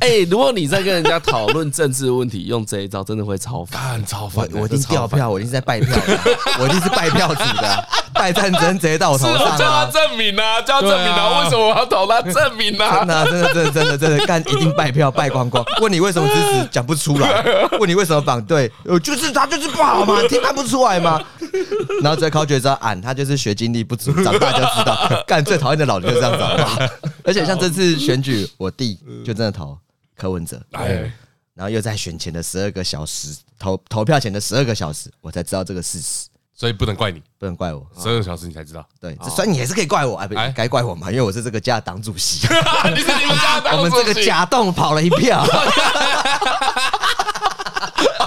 A: 哎、如果你在跟人家讨论政治问题，用这一招真的会超烦。
C: 干超
B: 我
C: 烦的，
B: 我一定掉票，我一定是在拜票的，我一定是拜票组的。带战争直接到我头
A: 是
B: 上
A: 我叫他
C: 哦
B: 啊！
A: 证明啊，叫他证明
C: 对啊
A: 啊，为什么我要投他证明
B: 真
A: 啊？
B: 的啊、真的，真的，真的，真的，干一定败票败光光。问你为什么支持，讲不出来； 问你为什么反对，呃，就是他就是不好嘛，听看不出来嘛。然后最考觉得俺他就是学经历不足，长大就知道。 干最讨厌的老人就这样子好不好， 而且像这次选举，我弟就真的投柯文哲，
A: 哎，
B: 然后又在选前的十二个小时投投票前的十二个小时，我才知道这个事实，
C: 所以不能怪你，
B: 不能怪我。
C: 十二个小时你才知道。
A: 哦
B: 对，这虽然你也是可以怪我，哎，不
C: 哎，
B: 该怪我嘛，因为我是这个家的党主席，啊
A: 你是你们家的党
B: 我们
A: 主
B: 这个
A: 席
B: 假洞跑了 一票，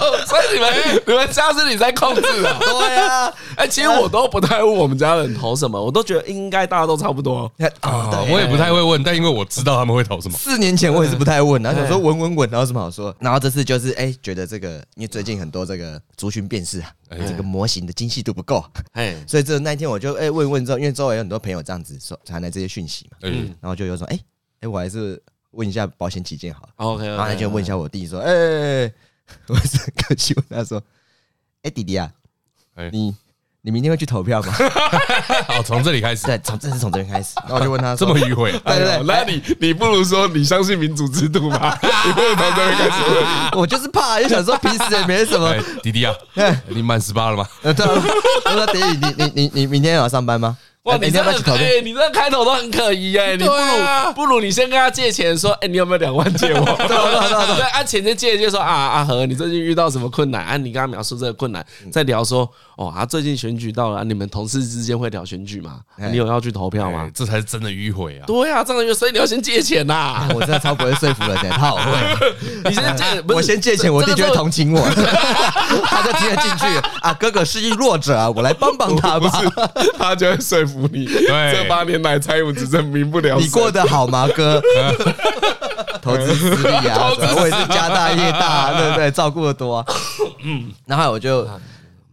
A: 哦，所以你们你们家是你在控制啊？
B: 对啊，
A: 哎，其实我都不太问我们家人投什么，我都觉得应该大家都差不多。
B: 哦，对，
C: 我也不太会问，但因为我知道他们会投什么。
B: 四年前我也是不太问，
A: 嗯
B: 然后想说稳稳稳，然后有什么好说？然后这次就是哎，觉得这个，因为最近很多这个族群辨识啊，这个模型的精细度不够，
A: 哎，
B: 所以这那一天我就哎问一问之后，因为周围有很多朋友这样子说传来这些讯息嘛，
C: 嗯，
B: 然后就有说哎哎，我还是问一下保险起见好了。
A: OK，
B: 然后他就问一下我弟说：“哎、欸欸，我是很客气问他说，哎、弟弟啊，
C: 哎
B: 你你明天会去投票吗
C: 好，从这里开？”始，
B: 对，从正是从这边开始。然后我就问他
C: 这
B: 说
C: 么迂回，啊
B: 对对
A: 那你你不如说你相信民主制度吗？你不如从这边开始问。：“
B: 我就是怕，就想说平时也没什么
C: 哎。弟 弟啊，你满十八了吗？”
B: 呃，对啊，我说：“弟弟，你你你你明天有要上班吗？
A: 哇，
B: 哎
A: 你
B: 明
A: 这
B: 天要不
A: 个
B: 要去投票
A: 哎、你这个开头都很可疑哎、你不如、
C: 对啊
A: 不如你先跟他借钱，说，哎、你有没有两万借我？对
B: 对对
A: 对，啊，钱就借，就说啊，阿和，你最近遇到什么困难？啊，你跟他描述这个困难，再聊说，哦，啊，最近选举到了，啊你们同事之间会聊选举吗？
B: 哎
A: 你有要去投票吗
C: 哎？这才是真的迂回啊！
A: 对啊，这样就所以你要先借钱呐、
B: 我真的超不会说服人的，他好会啊。
A: 你先借，不是
B: 我先借钱，我弟就会。同情我，他就听得进去啊。哥哥是一弱者啊，我来帮帮他吧。
A: 他就会说服你，
C: 对
A: 这八年来蔡英文执政民不聊
B: 你过得好吗，哥？投资失利啊，
A: 投资失利
B: 我也是家大业大、对不对？照顾的多、啊。嗯，然后我就，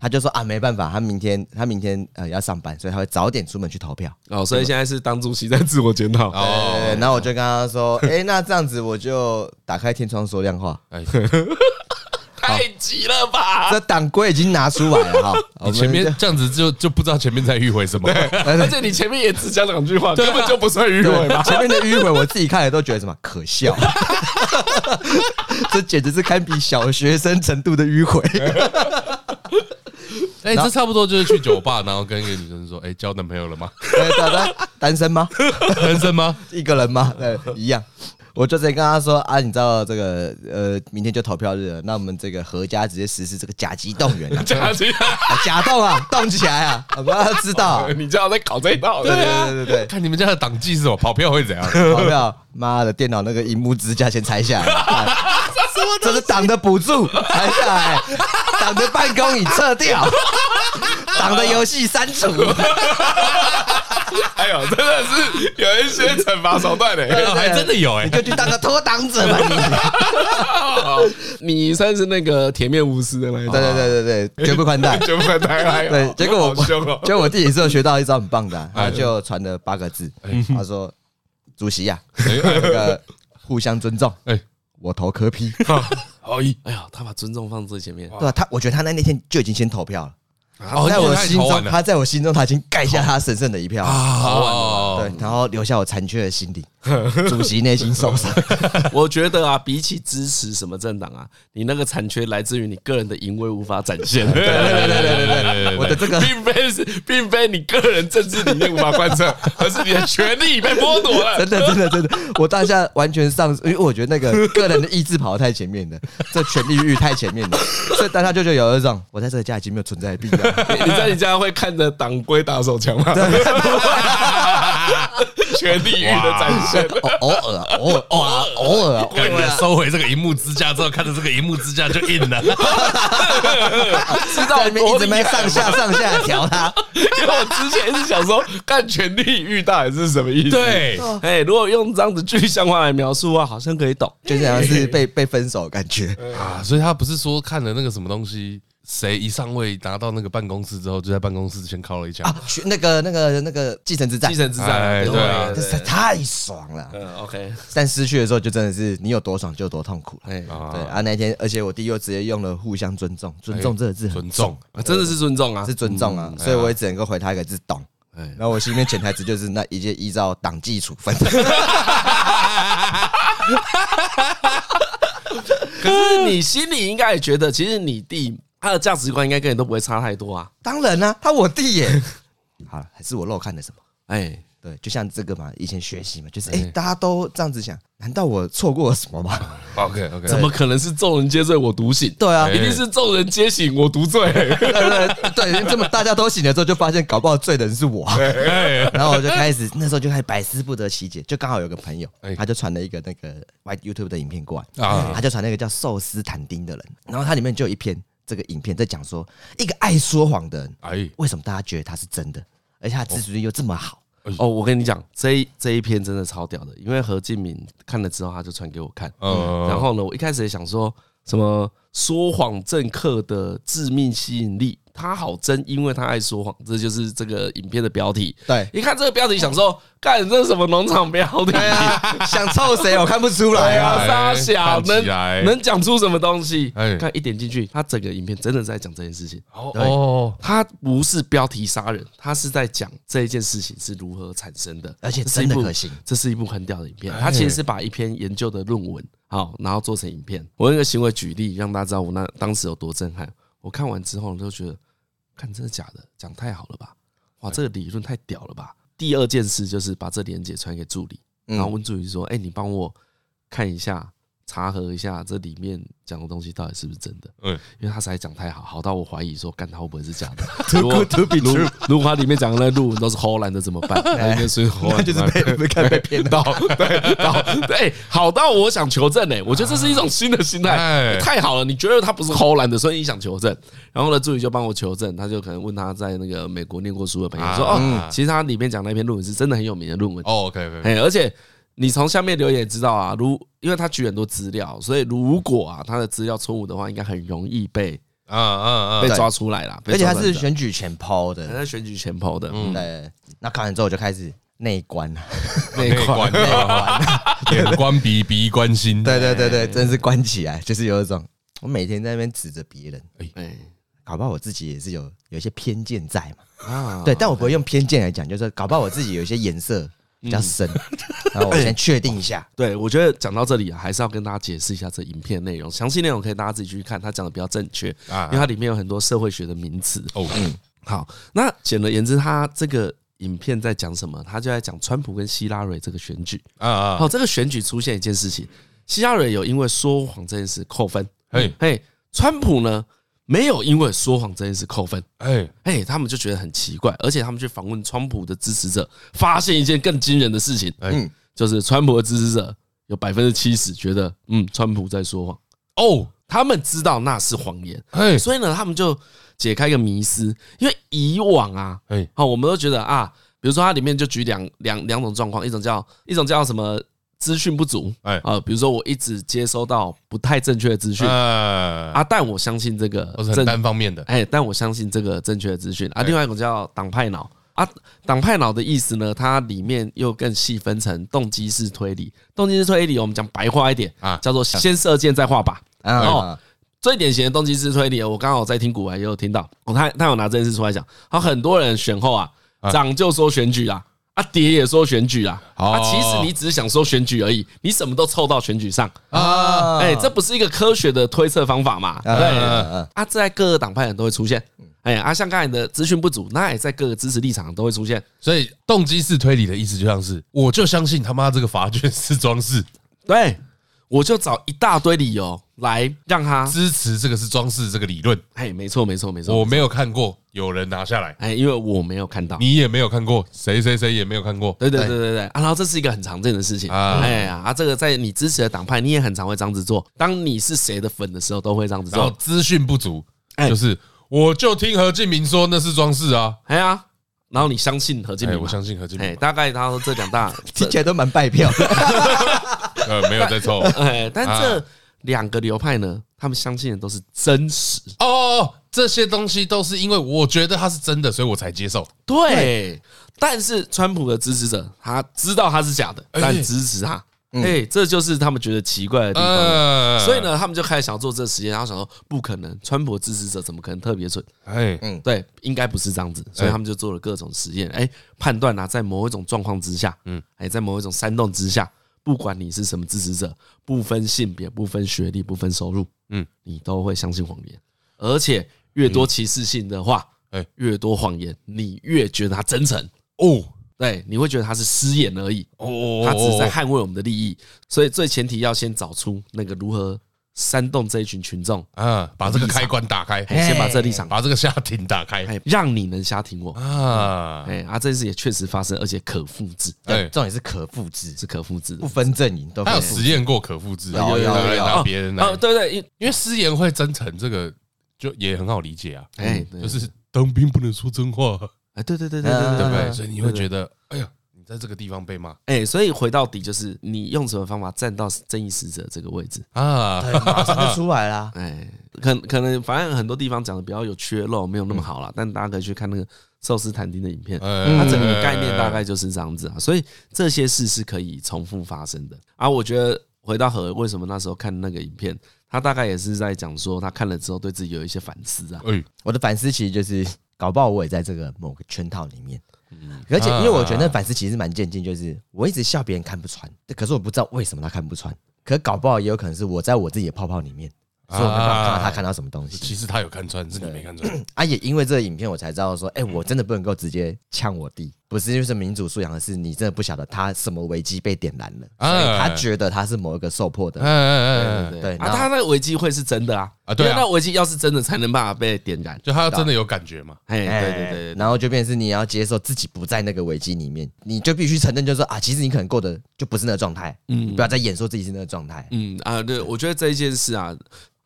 B: 他就说啊，没办法，他明天他明天呃要上班，所以他会早点出门去投票。
A: 哦，所以现在是当主席在自我检讨。
B: 对
C: 哦，
B: 对对然后我就跟他说，哎、那这样子我就打开天窗说亮话，
C: 哎，
A: 太急了吧？
B: 这党规已经拿出来了哈。我
C: 你
B: 们
C: 前面
B: 就
C: 这样子就就不知道前面在迂回什么。哎
A: 而且你前面也只讲两句话，根本就不算迂回吧，
B: 对，？ 前面的迂回我自己看了都觉得什么可笑， 这简直是堪比小学生程度的迂 回。
C: 哎，这差不多就是去酒吧，然后跟一个女生说：“哎，交男朋友了吗？
B: 对对对，哎单身吗？
C: 单身 吗
B: 一个人吗？对，一样。我就直接跟他说啊，你知道这个呃，明天就投票日了，那我们这个何家直接实施这个甲级动员 啊
A: 假期，
B: 啊假动啊，动起来啊，我让他知道啊、
A: 你知道在搞这一套，
B: 对对对对？”
C: 看你们家的党纪是什么？跑票会 怎样？
B: 对，投票，妈的，电脑那个荧幕支架先拆下来，啊这是党的补助，拆下来，党的办公椅撤掉，党的游戏删 除，
A: 哎呦，真的是有一些惩罚手段的。
C: 哎还真的有哎
B: 你，就去当个脱党者吧你。
A: 你算是那个铁面无私的那一种，
B: 对对对对对，绝不宽待。
A: 就不能太嗨
B: 对，结果我
A: 好凶哦
B: 结果我弟也是有学到一招很棒的啊、他就传了八个字，他说：“主席呀、啊，
C: 哎
B: 那个互相尊重，
C: 哎，
B: 我投柯批。哦
A: 好意，哎呀，他把尊重放最前面”，
B: 对啊，他我觉得他那那天就已经先投票了，
C: 哦
B: 在
C: 因为
B: 我
C: 他也
B: 心
C: 投完
B: 中，
C: 了
B: 他在我心中他已经盖下他神圣的一票了。
C: 哦
B: 对，，然后留下我残缺的心灵，主席内心受伤。
A: 我觉得啊，比起支持什么政党啊，你那个残缺来自于你个人的淫威无法展现，
B: 对对对对对对对，我的这个
A: 并非是，并非你个人政治理念无法贯 彻，而是你的权利被剥夺了。
B: 真的真的真的，我当下完全上，因为我觉得那个个人的意志跑得太前面了，这权力欲太前面了，所以当下就觉得有一种我在这个家已经没有存在的必要。
A: 你你在你家会看着党规打手枪吗？ 权力欲的展现，
B: 哦，偶尔啊，偶尔，偶尔啊，偶尔啊，
C: 感觉收回这个荧幕支架之后，看着这个荧幕支架就硬 了。
B: 知道里面一直没上下上下调它。
A: 因为我之前是想说，看权力欲到底是什么意思？，
C: 对，
A: 哎，如果用这样子具象化来描述啊，好像可以懂。
B: 就是好像是被被分手的感觉，
C: 啊，所以他不是说看了那个什么东西，谁一上位拿到那个办公室之后，就在办公室先敲了一枪。
B: 啊，去那个那个那个继承之战
A: 继，承之战，
C: 哎
A: 对
C: 对啊
B: 这实在太爽了。
A: 嗯，OK，
B: 但失去的时候，就真的是你有多爽就有多痛苦了。
A: 哎，
B: 对啊，那一天，而且我弟又直接用了“互相尊重”，尊重这个字很
C: 尊重，
A: 啊真的是尊重啊，
B: 是尊重啊，所以我也只能够回他一个字“懂”。
A: 哎
B: 然后我心里面潜台词就是那一切依照党纪处分。
A: 可是你心里应该也觉得，其实你弟他的价值观应该跟你都不会差太多啊。
B: 当然啦、他我弟耶。 好了，还是我漏看了什么？
A: 哎，
B: 对，就像这个嘛，以前学习嘛，就是哎、大家都这样子想，难道我错过了什么吗？
C: OK OK，
A: 怎么可能是众人皆醉我独醒？
B: 对啊，
A: 一定是众人皆醒我独醉。
B: 对对 对，这么大家都醒了之后，就发现搞不好罪的人是我。 然后我就开始那时候就开始百思不得其解，就刚好有个朋友
C: 哎，
B: 他就传了一个那个 Y YouTube 的影片过来
C: 啊
B: 啊，他就传了一个叫寿司坦丁的人，然后它里面就有一篇这个影片在讲说，一个爱说谎的人，
C: 哎
B: 为什么大家觉得他是真的，而且他自制力又这么好？
C: 呃
A: 哦，我跟你讲，这一这一篇真的超屌的，因为何敬敏看了之后，他就传给我看。
C: 嗯
A: 然后呢，我一开始也想说什么说谎政客的致命吸引力，他好真，因为他爱说谎，这就是这个影片的标题。
B: 对，
A: 一看这个标题，想
C: 嗯
A: 说，干这是什么农场标题？
B: 想凑谁我看不出来啊。
A: 啊，沙小
C: 哎看起
A: 能
C: 来
A: 能讲出什么东西？
C: 哎
A: 看一点进去，他整个影片真的在讲这件事情。
C: 哦
B: 哎
C: 哦，
A: 他不是标题杀人，他是在讲这一件事情是如何产生的，
B: 而且
A: 这是一部
B: 真的可行。
A: 这是一部很屌的影片，他其实是把一篇研究的论文，好，然后做成影片。我用一个行为举例，让大家知道我那当时有多震撼。我看完之后我就觉得，看真的假的，讲太好了吧？哇，这个理论太屌了吧！第二件事就是把这连接传给助理，然后
B: 嗯，
A: 问助理说：“哎、你帮我看一下，查核一下这里面讲的东西到底是不是真的？”
C: 嗯，
A: 因为他实在讲太好，好到我怀疑说，干他会不会是假的？
B: Too good to be
A: 如
B: true
A: 如果他里面讲的那论文都是荷兰的怎么办？他应该是荷兰的
B: 那就是被被看被骗到。
A: 到对到对， 好到我想求证呢、我觉得这是一种新的心态
C: 哎，
A: 太好了！你觉得他不是荷兰的，所以你想求证。然后呢，助理就帮我求证，他就可能问他在那个美国念过书的朋友说：“
C: 啊
A: 哦
C: 嗯，
A: 其实他里面讲那篇论文是真的很有名的论文。”
C: 哦 OK OK，
A: 哎，而且你从下面留言也知道啊，如因为他举很多资料，所以如果啊他的资料错误的话，应该很容易被
C: 啊啊
A: 被
C: 啊，
A: 抓出来啦。被
B: 而且
A: 抓
B: 他
A: 出
B: 是
A: 来
B: 选举嗯前抛
A: 的
B: 的，
A: 在选举前抛的嗯
B: 对。那看完之后我就开始内观啊了，
A: 那
C: 内
A: 一块，
C: 观， 眼观鼻，鼻观心，
B: 对对对对，真是关起来，就是有一种我每天在那边指着别人，
A: 哎
B: 搞不好我自己也是有有一些偏见在嘛。哦
A: 啊，
B: 对，嗯但我不会用偏见来讲，就是搞不好我自己有一些颜色比较深，然后我先确定一下。
A: 对，我觉得讲到这里啊，还是要跟大家解释一下这影片内容，详细内容可以大家自己去看，他讲的比较正确，
C: 啊
A: 因为它里面有很多社会学的名词。
C: 哦，
B: 嗯
A: 好，那简而言之，他这个影片在讲什么？他就在讲川普跟希拉蕊这个选举。
C: 啊啊
A: 好，，这个选举出现一件事情，希拉蕊有因为说谎这件事扣分，
C: 嘿
A: 嘿，川普呢没有因为说谎这件事扣分，
C: 哎
A: 嘿，他们就觉得很奇怪，而且他们去访问川普的支持者，发现一件更惊人的事情，
C: 哎，
A: 就是川普的支持者有百分之七十觉得，嗯，川普在说谎，
C: 哦，
A: 他们知道那是谎言，
C: 哎
A: 所以呢，他们就解开一个迷思，因为以往啊，
C: 哎
A: 好，我们都觉得啊，比如说它里面就举两两两种状况，一种叫一种叫什么资讯不足，
C: 哎
A: 啊，比如说我一直接收到不太正确的资讯
C: 啊，
A: 啊，但我相信这个
C: 都是很
A: 正
C: 单方面的，
A: 哎，但我相信这个正确的资讯啊。
C: 哎
A: 另外一种叫党派脑啊，党派脑的意思呢，它里面又更细分成动机式推理。动机式推理，我们讲白话一点
C: 啊
A: 啊，叫做先射箭再画靶。
B: 啊，
A: 最典型的动机式推理，我刚好在听古玩也有听到，哦，他他有拿这件事出来讲，他很多人选后啊
C: 啊，
A: 涨就说选举啦，啊跌也说选举啦，
C: 哦
A: 啊其实你只是想说选举而已，你什么都凑到选举上，
B: 啊
A: 哎，这不是一个科学的推测方法嘛？对，
B: 啊
A: 啊，这在各个党派人都会出现。
C: 嗯
A: 哎，啊，像刚才的资讯不足，那也在各个支持立场都会出现。
C: 所以动机式推理的意思就像是，我就相信他妈这个法卷是装饰，
A: 对，我就找一大堆理由来让他。
C: 支持这个是装饰这个理论，
A: 哎，没错，没错，没
C: 嗯我
A: 错。
C: 没有看过有人拿下来，
A: 哎，因为我没有看到。
C: 你也没有看过，谁谁谁也没有看过，哎
A: 对对对对对啊！然后这是一个很常见的事情。
C: 啊
A: 哎呀，啊，这个在你支持的党派，你也很常会这样子做。当你是谁的粉的时候，都会这样子
C: 然后
A: 做。
C: 资讯不足，
A: 哎
C: 就是我就听何敬明说那是装饰啊，
A: 哎呀，然后你相信何敬
C: 哎，
A: 明
C: 我
A: 吗？
C: 相信何敬
A: 哎，
C: 明，
A: 大概他说这两大，
B: 听起来都蛮拜 票的。
C: 呃，没有在 凑，
A: 哎，但
C: 啊
A: 这两个流派呢，他们相信的都是真实。
C: 哦，这些东西都是因为我觉得它是真的，所以我才接受。
A: 对，但是川普的支持者他知道他是假的，
C: 哎嗯
A: 但支持他，哎，这就是他们觉得奇怪的地方。
C: 呃
A: 所以，呢，他们就开始想做这个实验，然后想说不可能，川普的支持者怎么可能特别蠢？
C: 哎，
A: 对，应该不是这样子，所以他们就做了各种实验，哎，判断啊，在某一种状况之下，嗯，哎，在某一种煽动之下，不管你是什么支持者，不分性别、不分学历、不分收入，
C: 嗯
A: 嗯，你都会相信谎言，而且越多歧视性的话，
C: 嗯哎
A: 哎，越多谎言，你越觉得它真诚，
C: 哦
A: 对，你会觉得它是私言而已，
C: 哦，
A: 它只是在捍卫我们的利益，所以最前提要先找出那个如何煽动这一群群众，
C: 啊，把这个开关打开，
A: 哎，先把这立场，
C: 把这个下庭打开
A: 哎，让你能瞎听我。
C: 啊，
A: 哎、啊，这件事也确实发生，而且可复制，
C: 哎
B: 对，重点是可复制，
A: 是可复制
B: 不
A: 的。
B: 分阵营都
C: 他
B: 可
C: 有
B: 以复制
C: 实验过可复制，
B: 有有有
C: 对拿别人来
A: 哦，，对对，因
C: 因为私言会真诚，这个就也很好理解啊，
A: 哎、对
C: 就是当兵不能说真话，
A: 哎，对对对对对对
B: 嗯
C: 对不
A: 对
C: 对？所以你会觉得，哎呀，你在这个地方被骂
A: 哎、所以回到底就是你用什么方法站到正义使者这个位置？。
C: 啊，
B: 对，马上就出来啦
A: 哎、可可能反正很多地方讲的比较有缺漏，没有那
C: 嗯
A: 么好啦，但大家可以去看那个寿司坦丁的影片，
C: 哎
A: 它整个概念
C: 嗯
A: 大概就是这样子啊。所以这些事是可以重复发生的啊。我觉得回到何为什么那时候看那个影片，他大概也是在讲说他看了之后对自己有一些反思啊。
C: 哎，
B: 我的反思其实就是，搞不好我也在这个某个圈套里面。而且，因为我觉得那反思其实蛮渐进，就是我一直笑别人看不穿，可是我不知道为什么他看不穿。可搞不好也有可能是我在我自己的泡泡里面，
C: 啊
B: 所以我没办法看到他看到什么东西
C: 其实他有看穿，是你没看穿。
B: 啊。也因为这个影片，我才知道说，哎，我真的不能够直接呛我弟，不是就是民主素养，而是你真的不晓得他什么危机被点燃了，所以他觉得他是某一个受迫的
C: 哎哎哎
A: 对
B: 对
A: 对
B: 然
A: 啊，
B: 后
A: 他那个危机会是真的啊，
C: 啊对啊
A: 因为那危机要是真的，才能办法被点燃。
C: 就他要真的有感觉嘛？
A: 哎，
B: 哎
A: 对对对对，
B: 然后就变成是你要接受自己不在那个危机里面，你就必须承认，就是说啊，其实你可能过的就不是那个状态，嗯，不要再演说自己是那个状态，
A: 嗯啊，对，我觉得这一件事啊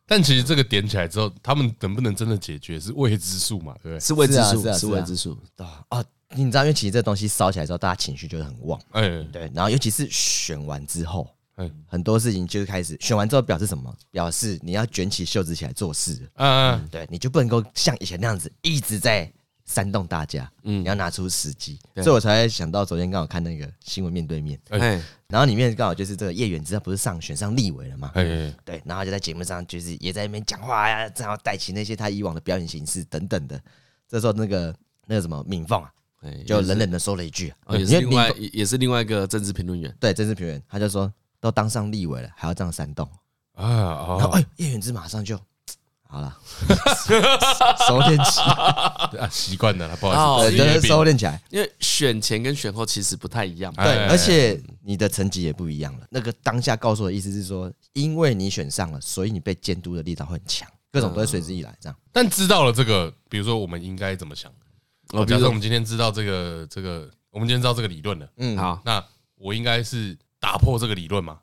C: 但其实这个点起来之后，他们能不能真的解决是未知数嘛？对不对？
A: 是未知
B: 是啊
A: 数，
B: 是啊
A: 是
B: 是啊
A: 未知数。
B: 啊啊，你知道，因为其实这东西烧起来之后，大家情绪就会很旺，
C: 哎
B: 对，然后尤其是选完之后，
C: 哎
A: 嗯
B: 很多事情就是开始选完之后表示什么？表示你要卷起袖子起来做事
A: 嗯
B: 了，
C: 啊，
B: 对，你就不能够像以前那样子一直在煽动大家，嗯，你要拿出时机，所以我才会想到昨天刚好看那个新闻面对面，
C: 哎
A: 哎，
B: 然后里面刚好就是这个叶远之，他不是上选上立委了吗？
C: 哎哎
B: 对，然后就在节目上就是也在那边讲话呀、正好带起那些他以往的表演形式等等的。这时候那个那个什么敏凤啊，
A: 哎
B: 就冷冷的说了一句、啊，
A: 哦也
B: 因
A: 是
B: 为
A: 另
B: 敏
A: 外
B: 凤
A: 也是另外一个政治评论员，
B: 对政治评论，他就说都当上立委了，还要这样煽动，
C: 啊
B: 然后
C: 哦
B: 哎，叶远之马上就好了，收敛起来，
C: 啊，习惯了，不
A: 哦
C: 好意
B: 对，
C: 思，
B: 就是收敛起来。
A: 因为选前跟选后其实不太一样嘛。
B: 对
C: 哎，
B: 而且你的成绩也不一样了。那个当下告诉我的意思是说，因为你选上了，所以你被监督的力道会很强，各种都会随之以来。这样，
C: 但知道了这个，比如说我们应该怎么想？
A: 哦，比
C: 假
A: 如
C: 设我
A: 说
C: 们今天知道这个这个，我们今天知道这个理论了，
B: 嗯，
A: 好，
C: 那我应该是打破这个理论嘛？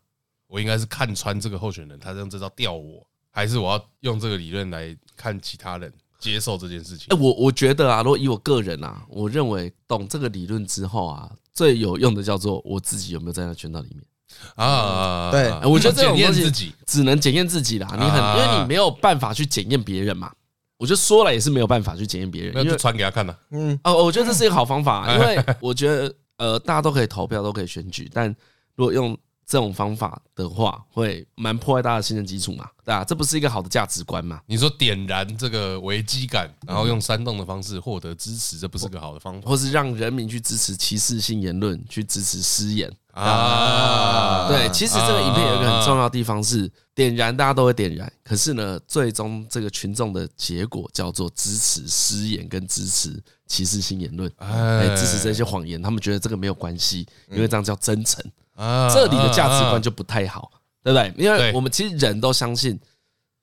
C: 我应该是看穿这个候选人，他用这招吊我，还是我要用这个理论来看其他人接受这件事情
A: 哎，？我我觉得啊，如果以我个人啊，我认为懂这个理论之后啊，最有用的叫做我自己有没有在那圈套里面。
C: 啊，
B: 对
C: 啊
A: 我觉得这
C: 检
A: 种
C: 验
A: 东西
C: 自己，
A: 只能检验自己啦。你很，
C: 啊
A: 因为你没有办法去检验别人嘛。我就说了也是没有办法去检验别人，
C: 那
A: 因
C: 就
A: 为
C: 传给他看了。
B: 嗯，
A: 哦，我觉得这是一个好方法啊，因为我觉得呃，大家都可以投票，都可以选举，但如果用这种方法的话，会蛮破坏大家的信任基础嘛，对吧、啊这不是一个好的价值观嘛？
C: 你说点燃这个危机感，然后用煽动的方式获得支持，这不是个好的方法
A: 或是让人民去支持歧视性言论，去支持私言。
C: 啊！
A: 对，其实这个影片有一个很重要的地方是，点燃大家都会点燃，可是呢，最终这个群众的结果叫做支持私言跟支持歧视性言
C: 嗯
A: 论，哎，支持这些谎言，他们觉得这个没有关系，因为这样叫真诚。
C: 啊
A: 这里的价值观就不太好，对不对？因
C: 对
A: 为我们其实人都相信。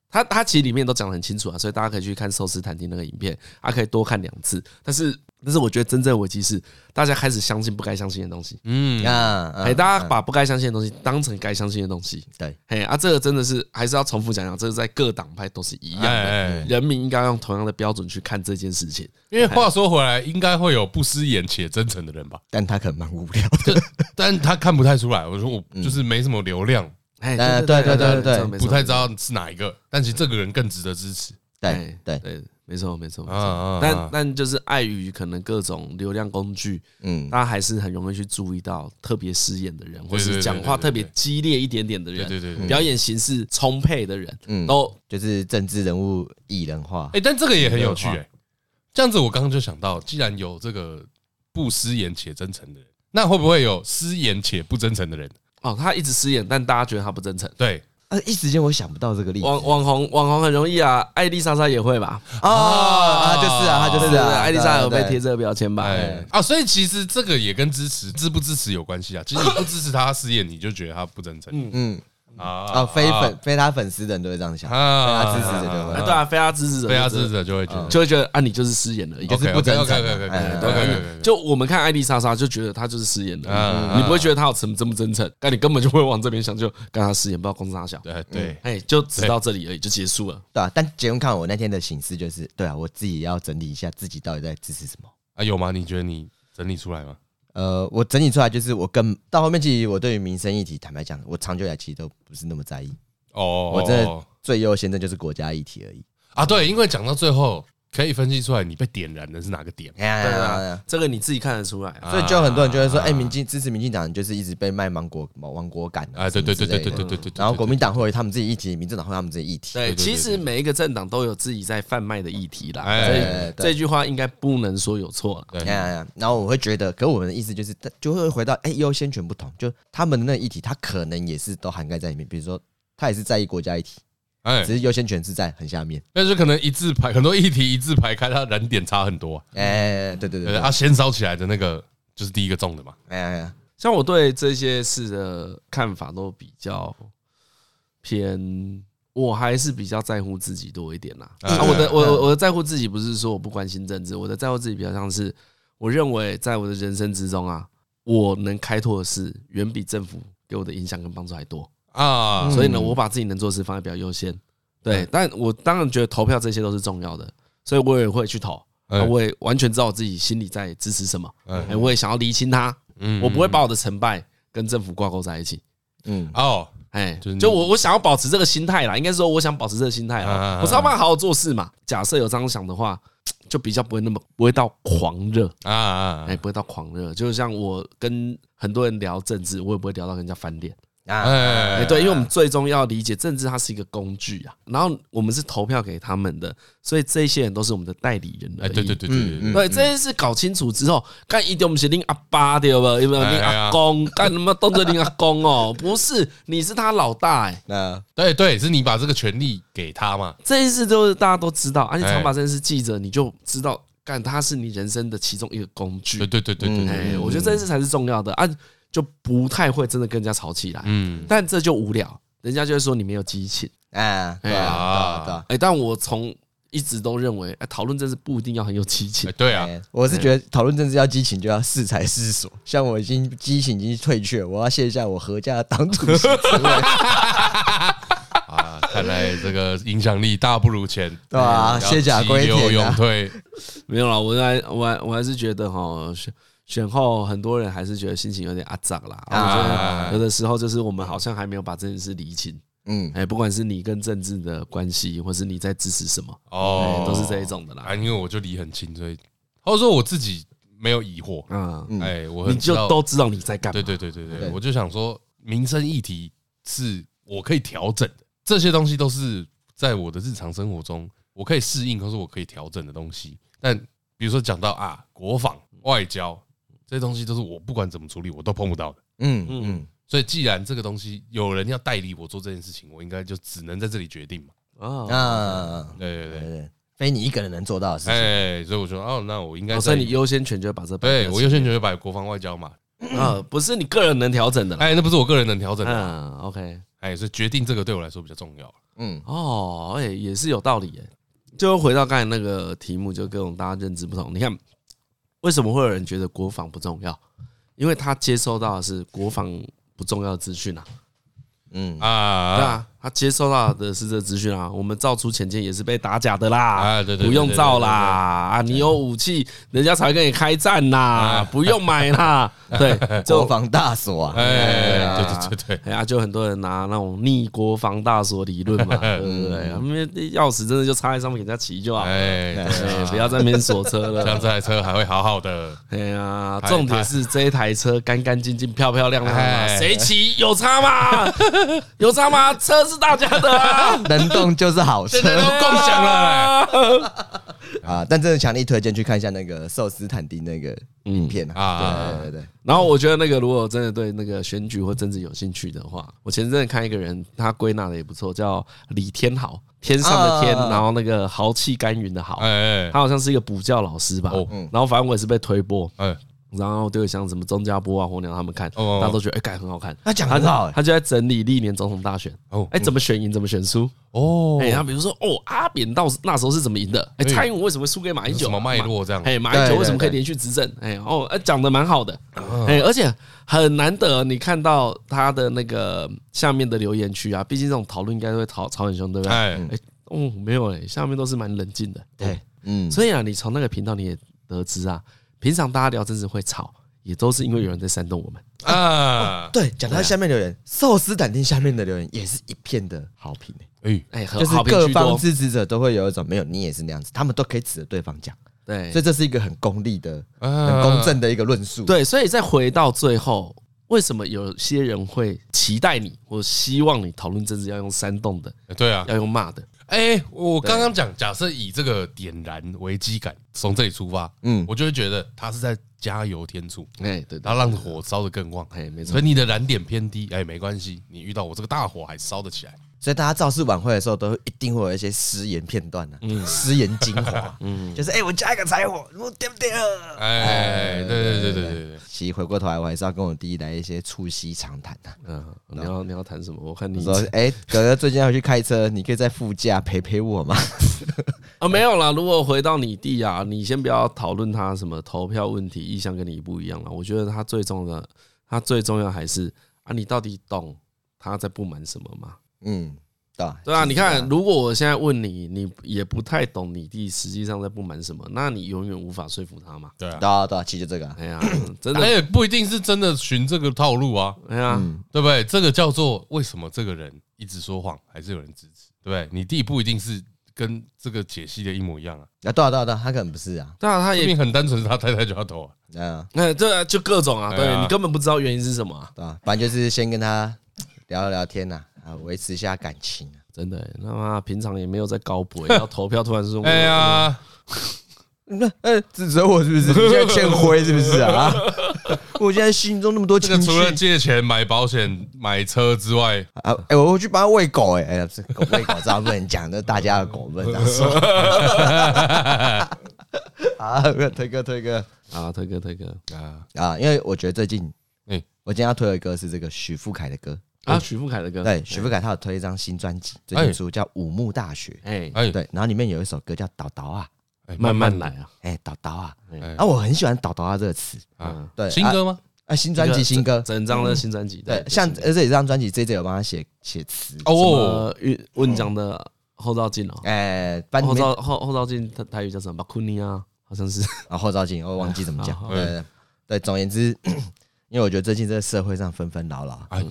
A: 他他其实里面都讲得很清楚啊，所以大家可以去看寿司餐厅那个影片，啊，可以多看两次。但是，但是我觉得真正的危机是，大家开始相信不该相信的东西，
C: 嗯
B: 啊，
A: 哎，
B: 嗯
A: 大家把不该相信的东西当成该相信的东西，
B: 对，
A: 嘿啊，这个真的是还是要重复讲啊讲，这个在各党派都是一样
C: 哎
A: 的，
C: 哎哎
A: 人民应该用同样的标准去看这件事情。
C: 因为话说回来，应该会有不失言且真诚的人吧？
B: 但他可能蛮无聊的。
C: 但他看不太出来。我说我就是没什么流量，
A: 哎，
B: 哎
A: 对
B: 对对对对
A: 没错
B: 对
A: 没错
C: 不太知道是哪一个，但其实这个人更值得支持。
B: 对
A: 哎
B: 对，
A: 对，没错，没错，没
C: 啊啊
A: 错
C: 啊。
A: 但但就是碍于可能各种流量工具，
B: 嗯，
A: 大家还是很容易去注意到特别失眼的人，或
C: 对对
A: 是
C: 对
A: 讲话
C: 对对
A: 特别激烈一点点的人，
C: 对对对
A: 表演形式充沛的人，
B: 嗯
A: 都
B: 就是政治人物艺人化
C: 哎、，但这个也很有趣
B: 有
C: 哎、
B: 的
C: 这样子我刚刚就想到，既然有这个不失言且真诚的人，那会不会有失言且不真诚的人？
A: 哦，他一直失眼，但大家觉得他不真诚。
C: 对，
B: 呃，一时间我想不到这个例子
A: 网网红网红很容易啊，艾丽莎莎也会吧？
B: 啊啊，就是啊，他就
A: 对
B: 是
A: 对对，
B: 啊，
A: 艾丽莎有被
B: 对
A: 贴，这个标签吧？
C: 哎啊，所以其实这个也跟支持支不支持有关系啊。其实你不支持他失言，你就觉得他不真诚
A: 嗯
B: 嗯
C: 啊
B: 啊，非粉非他粉丝的人都会这样想，
C: 啊
B: 非他支持者对
A: 哎
B: 吧
A: 对啊，非他支持者，
C: 非他支持者就会觉
A: 就
C: 得
A: 就会觉得啊，你就是失言而已。
B: 就是不真诚
C: OK，OK，OK，OK，
B: 哎
C: 对
A: 对
B: 对
C: 对
A: 因
C: 对
A: 为就我们看艾丽莎莎就觉得她就是失言
C: 嗯
A: 了，
C: 嗯
A: 你不会觉得她有真真不真诚，但你根本就不会往这边想，就跟她失言，不知道公司大小。
C: 对对
A: 哎，就只到这里而已，就结束了。
B: 对啊，但结论看我那天的形式就是，对啊，我自己要整理一下自己到底在支持什么。
C: 啊，有吗？你觉得你整理出来吗？
B: 呃，我整理出来就是我跟到后面，其实我对于民生议题，坦白讲，我长久以来其实都不是那么在意。
C: 哦，
B: 我真的最优先的就是国家议题而已。
C: 啊，对，因为讲到最后可以分析出来你被点燃的是哪个点。
B: 哎呀
A: 对
B: 哎呀哎
A: 啊
B: 呀，
A: 这个你自己看得出来啊。
B: 所以就很多人就会说，
C: 啊
B: 哎，民进支持民进党就是一直被卖芒果亡国感
C: 啊，对对对对对对对对。
B: 然后国民党会有他们自己议题，民进党会有他们自己议题。
A: 对，
C: 对对
A: 其
C: 对
A: 实
C: 对
A: 每一个政党都有自己在贩卖的议题啦，
C: 哎
A: 所
B: 对
A: 以
B: 对
A: 这句话应该不能说有错了。
C: 对
B: 哎呀哎呀，然后我会觉得，可我们的意思就是，就会回到哎优先权不同，就他们的那个议题，他可能也是都涵盖在里面。比如说，他也是在意国家议题，
C: 哎
B: 只，是优先权是在很下面。
C: 但是可能一字排很多议题一字排开，它燃点差很多啊。
B: 哎，对对对
C: 对，
B: 对，
C: 它先烧起来的那个就是第一个中的嘛。
B: 哎呀哎呀，
A: 像我对这些事的看法都比较偏，我还是比较在乎自己多一点啦。
C: 嗯
A: 啊，我的
B: 嗯
A: 我
B: 嗯
A: 我我的在乎自己不是说我不关心政治，我的在乎自己比较像是我认为在我的人生之中啊，我能开拓的事远比政府给我的影响跟帮助还多，
C: 啊，
A: 所以呢，
B: 嗯
A: 我把自己能做的事放在比较优先。
C: 嗯
A: 对，但我当然觉得投票这些都是重要的，所以我也会去投。啊
C: 嗯
A: 我也完全知道我自己心里在支持什么，
C: 嗯
A: 哎，我也想要厘清它，
C: 嗯
A: 我不会把我的成败跟政府挂钩在一起。
B: 嗯，
C: 哦，
A: 哎
C: 就是，你
A: 就我我想要保持这个心态啦，应该说我想保持这个心态
C: 啊啊啊
A: 啦，我是要办法好好做事嘛。假设有这样想的话，就比较不会那么不会到狂热，
C: 啊啊
A: 哎，不会到狂热。就像我跟很多人聊政治，我也不会聊到跟人家翻脸。
C: 啊，
B: 啊，
C: 哎
A: 哎，对，因为我们最终要理解政治它是一个工具啊，然后我们是投票给他们的，所以这些人都是我们的代理人而
C: 哎，
A: 已。
C: 对对对对对对，
A: 对，这件事搞清楚之后，看一定我们是令阿爸对吧？有没有
C: 哎
A: 令
C: 哎
A: 阿
C: 呀
A: 公？干什么动作令阿 公哦？不是，你是他老大哎、
B: 那
C: 对对，是你把这个权利给他嘛？
A: 这件事就是大家都知道，啊而且
C: 哎
A: 长发这件事记者，你就知道，干他是你人生的其中一个
C: 对
A: 工具。
C: 对对对对嗯对，
A: 哎，我觉得这件事才是重要的啊，就不太会真的跟人家吵起来，
C: 嗯
A: 但这就无聊，人家就会说你没有激情。
B: 啊，对
C: 啊
B: 啊，对啊。
A: 哎，但我从一直都认为，哎，讨论真是不一定要很有激 情
C: 哎，。对啊，
B: 哎我是觉得讨论政治要激情，就要适才适所。像我已经激情已经退却，我要卸下我何家的党主席之位，
C: 啊，看来这个影响力大不如前，
B: 对吧？
C: 要
B: 卸甲
C: 急
B: 归
C: 流
B: 田
C: 勇
B: 啊，
C: 退，
A: 没有啦，我还我还我还是觉得哈，选选后很多人还是觉得心情有点阿杂啦。我觉
C: 啊
A: 得有的时候就是我们好像还没有把这件事理清，
B: 嗯，
A: 哎，不管是你跟政治的关系，或是你在支持什么，
C: 哦
A: 哎，都是这一种的啦
C: 啊，。因为我就离很近，所以或者说我自己没有疑惑，
A: 嗯，
B: 嗯
C: 哎，我很
A: 你
C: 知
A: 就
C: 道
A: 都知道你在干嘛。
C: 对对对对对，
B: 对
C: 我就想说，民生议题是我可以调整的，这些东西都是在我的日常生活中我可以适应，或是我可以调整的东西。但比如说讲到啊，国防、外交这些东西，都是我不管怎么处理，我都碰不到的。
B: 嗯
A: 嗯
B: 嗯，
C: 所以，既然这个东西有人要代理我做这件事情，我应该就只能在这里决定嘛。
A: 啊，
B: 啊，
C: 对
B: 对
C: 对
B: 对
C: 对，
B: 对，非你一个人能做到的事情，
C: 哎，所以我说，哦，那我应该
A: 哦
C: 在
A: 所以你优先权就会把这摆
C: 对
A: 在
C: 我优先权就摆国防外交嘛。
A: 啊，不是你个人能调整的啦。
C: 哎，那不是我个人能调整的，
A: 嗯，OK，
C: 哎，所以决定这个对我来说比较重要。
B: 嗯
A: 哦，哎，也是有道理耶。就回到刚才那个题目，就各种大家认知不同。你看，为什么会有人觉得国防不重要？因为他接收到的是国防不重要的资讯啊，
B: 嗯
C: 啊
A: 对啊，他接收到的是这资讯啊，我们造出潜舰也是被打假的啦，
C: 啊对对对
A: 不用造
C: 对对
A: 啦
C: 对啊
A: 啊，你有武器，人家才会跟你开战呐，不用买 啦，对，
B: 国
A: 就
B: 防大锁啊，
C: 哎，
A: 啊
C: 对对对对，
A: 哎呀，就很多人拿那种逆国防大锁理论 嘛，对不对？啊他们钥匙真的就插在上面给人家骑就好
C: 嗯
A: 了，
C: 哎，对
A: 啊哎
C: 啊
A: 不要在那边锁车了
C: 这。样这台车还会好好的，
A: 哎呀，
C: 太
A: 重点是这一台车干干净净、漂漂亮亮的嘛，
C: 哎
A: 谁骑有差吗？有差吗？车是大家的 啊，
B: 能动就是好 车
C: 现在都共享了。哎
A: 了。
B: 啊！但真的强力推荐去看一下那个寿司坦丁那个影片嗯啊，
C: 啊
B: 对对对，
A: 然后我觉得那个，如果真的对那个选举或政治有兴趣的话，我前阵子看一个人，他归纳的也不错，叫李天豪，天上的天，
B: 啊
A: 然后那个豪气干云的豪，
C: 哎
A: 他好像是一个补教老师吧
C: 哦。
A: 然后反正我也是被推播，
C: 哎，
A: 然后对像什么钟家波啊、火鸟他们看，
C: 哦
A: 大家都觉得哎，干很好看。
B: 他讲得很好欸
A: 哦他就在整理历年总统大选，
C: 哦
A: 哎，怎么选赢，怎么选输。
C: 哦，
A: 哎，他比如说哦，阿扁到那时候是怎么赢的？
C: 哎
A: 哎，蔡英文为什么会输给马英九？
C: 什么脉络这样
A: 哎，马英九
B: 对
A: 为什么可以
B: 对对哦
A: 连续执政？哎，哦，哎讲的蛮好的，哎，而且很难得你看到他的那个下面的留言区啊，毕竟这种讨论应该都会吵吵很凶，对不对？
C: 哎，
A: 哎，哦，没有哎，下面都是蛮冷静的。
B: 对，嗯，
A: 所以啊，你从那个频道你也得知啊，平常大家聊政治会吵，也都是因为有人在煽动我们。哦
C: 啊，
B: 对，讲到下面留言，寿司坦丁下面的留言也是一片的好评欸
C: 哎，
A: 哎，和
B: 就是
A: 好评
B: 各
A: 居
B: 方
A: 多，
B: 支持者都会有一种没有你也是那样子，他们都可以指着对方讲，
A: 对嗯
B: 所以这是一个很功利的、
C: 啊
B: 很公正的一个论述。，
A: 对，所以再回到最后，为什么有些人会期待你或希望你讨论政治要用煽动的，
C: 对啊，
A: 要用骂的？
C: 哎、我刚刚讲，假设以这个点燃危机感从这里出发，嗯
B: 嗯，
C: 我就会觉得他是在加油添醋，
A: 哎，对
C: 他
A: 的，
C: 让火烧得更旺。
A: 哎，没错
C: 所以，你的燃点偏低，哎、没关系，你遇到我这个大火还烧得起来。
B: 所以大家造势晚会的时候，都会一定会有一些失言片段呢、
A: 嗯
B: 啊，失言精 华，嗯，就是哎、我加一个柴火，我点不点？
C: 哎、对对对对对对，
B: 其实回过头来，我还是要跟我弟来一些促膝长谈啊。
A: 嗯，你要你要谈什么？我看
B: 我
A: 你
B: 说，哎、哥哥最近要去开车，你可以在副驾陪陪我吗？
A: 啊，没有啦。如果回到你弟啊，你先不要讨论他什么投票问题，意向跟你不一样了。我觉得他最重要的，他最重要还是啊，你到底懂他在不满什么吗？
B: 嗯，对吧
A: 对啊，
B: 其
A: 你
B: 实
A: 看，如果我现在问你，你也不太懂你弟实际上在不满什么，那你永远无法说服他嘛。
C: 对啊。
B: 对啊，对啊，其实就这个、啊，
A: 哎呀，真
C: 而
A: 的，
C: 且不一定是真的循这个套路啊，
A: 哎呀，
C: 对不对？这个叫做为什么这个人一直说谎，还是有人支持，对不对？你弟不一定是跟这个解析的一模一样啊，
B: 啊，对啊，对啊，对啊，他可能不是啊，
A: 当然他
C: 说不
A: 也，
C: 定很单纯是他太太就要投 啊。
B: 嗯，
A: 哎，对啊，就各种啊，
C: 哎
A: 对
C: 呀
A: 你根本不知道原因是什么啊，
B: 对吧？反正就是先跟他聊聊天呐、啊，啊，维持一下感情、啊。
A: 真的，他妈平常也没有在高 博，要投票突然说，
B: 啊
C: 哎呀，
B: 那呃，指责我是不是？ 你现在欠灰是不是啊？ 我现在心中那么多
C: 这
B: 情
C: 个
B: 绪
C: 除了借钱买保险、买车之外，
B: 啊！哎、我我去帮他喂狗、哎，哎呀，这狗喂狗这样不能讲，那大家的狗不能这 样 说啊！推哥推哥
A: 啊，推哥推哥
C: 啊，
B: 啊，因为我觉得最近，
C: 哎
B: 我今天要推的歌是这个许富凯的歌，
A: 啊，许富凯
C: 嗯
A: 的歌，
B: 对，许富凯他有推一张新专辑，最近出叫《五木大学
A: 哎，》，
C: 哎，
B: 对，然后里面有一首歌叫《叨叨啊》，
C: 哎
A: 慢慢来，啊，
B: 哎，叨叨啊，
C: 哎
B: 啊，我很喜欢“叨叨啊”这个词，
C: 啊，
B: 对，
C: 新
B: 啊
C: 歌吗？
B: 啊，新专辑新歌，嗯
A: 整整张的新专辑，
B: 对，像而且这张专辑 J J 有帮他写写词，
C: 哦，
A: 呃，运问讲的后照镜哦，
B: 哎，班里
A: 后
B: 面
A: 照后后照镜，台台语叫什么？巴库尼啊，好像是，
B: 啊后照镜，我忘记怎么讲
A: 好，
C: 好
B: 对对，总而言之，因为我觉得最近这个社会上纷纷扰扰，
C: 哎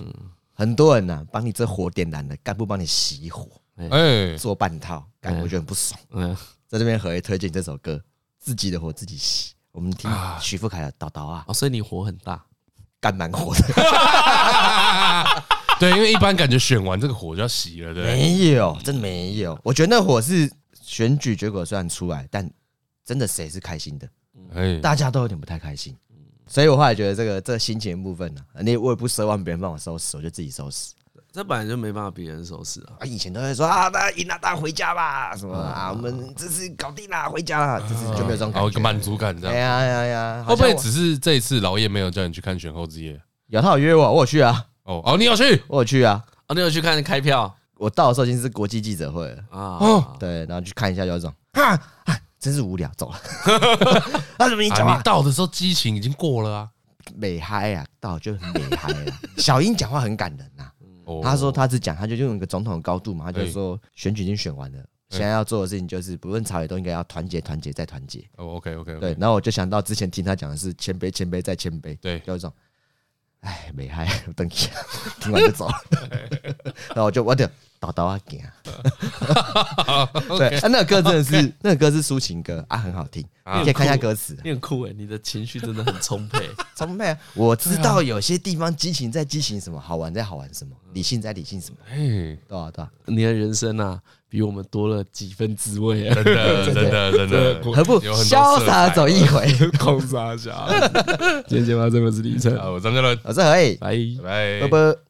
B: 很多人呢帮你这火点燃了，干部帮你熄火，
C: 哎，
B: 做半套，干我觉得很不爽，
A: 嗯，
B: 在这边何以推荐这首歌，自己的火自己熄。我们听
C: 啊
B: 徐富凯的《叨叨啊
A: 哦，所以你火很大，》，
B: 干蛮火的，
C: 哎 对，因为一般感觉选完这个火就要熄了，对不对？
B: 没有，真的没有。我觉得那火是选举结果虽然出来，但真的谁是开心的？
C: 哎，
B: 大家都有点不太开心，所以我后来觉得这个这个心情的部分呢、啊，你我也不奢望别人帮我收拾，我就自己收拾。
A: 这本来就没办法别人收拾啊，
B: 啊，以前都会说啊，大家赢了，大家回家吧，
C: 嗯
B: 什么啊，我们这次搞定啦，回家啦，这次就没有这种
C: 然后一
B: 感
C: 个
B: 觉。
C: 哦满足感这
B: 哎
C: 样。
B: 呀呀呀，
C: 会
B: 好
C: 不
B: 像
C: 会
B: 我
C: 只是这一次老叶没有叫你去看选后之夜？
B: 有他有约我，我有去啊，
C: 哦哦，你有去？
B: 我有去啊，
A: 哦，你有去看开票
B: 我到的时候已经是国际记者会了，
C: 哦
A: 啊？
B: 对，然后去看一下有一种啊，啊真是无聊，走了。那怎么你讲
C: 啊，
B: 话
C: 你到的时候激情已经过了啊。
B: 美嗨啊，到就很美嗨了。小英讲话很感人呐、
C: 哦
B: 他说他只讲，他就用一个总统的高度嘛，他就
C: 对
B: 说选举已经选完了，现在要做的事情就是不论朝野都应该要团结、团结再团结。
C: 哦，OK OK，
B: 对，然后我就想到之前听他讲的是谦卑、谦卑再谦卑，
C: 对
B: 有一种，哎，没害， 我等一下，听完就 走。然后我就我就倒倒啊行，对，啊，那个歌真的是那个歌是抒情歌啊，很好听，
C: 啊
B: 你可以看一下歌词。
A: 你很酷哎，你的情绪真的很充沛。
B: 充沛啊， 我知道有些地方激情在激情什么，好玩在好玩什么，
C: 嗯
B: 理性在理性什么，
C: 嘿，
B: 对啊吧、对吧、
A: 你的人生啊，比我们多了几分滋味 啊！
C: 真的真的真的，
B: 何不
C: 有很多
B: 潇
C: 色
B: 洒
C: 彩
B: 走一回？
A: 空 杀侠，今天节目到这边我是李晨，
C: 啊？我张嘉伦，
B: 我是何以，
A: 拜。
C: 拜拜
B: 拜。拜。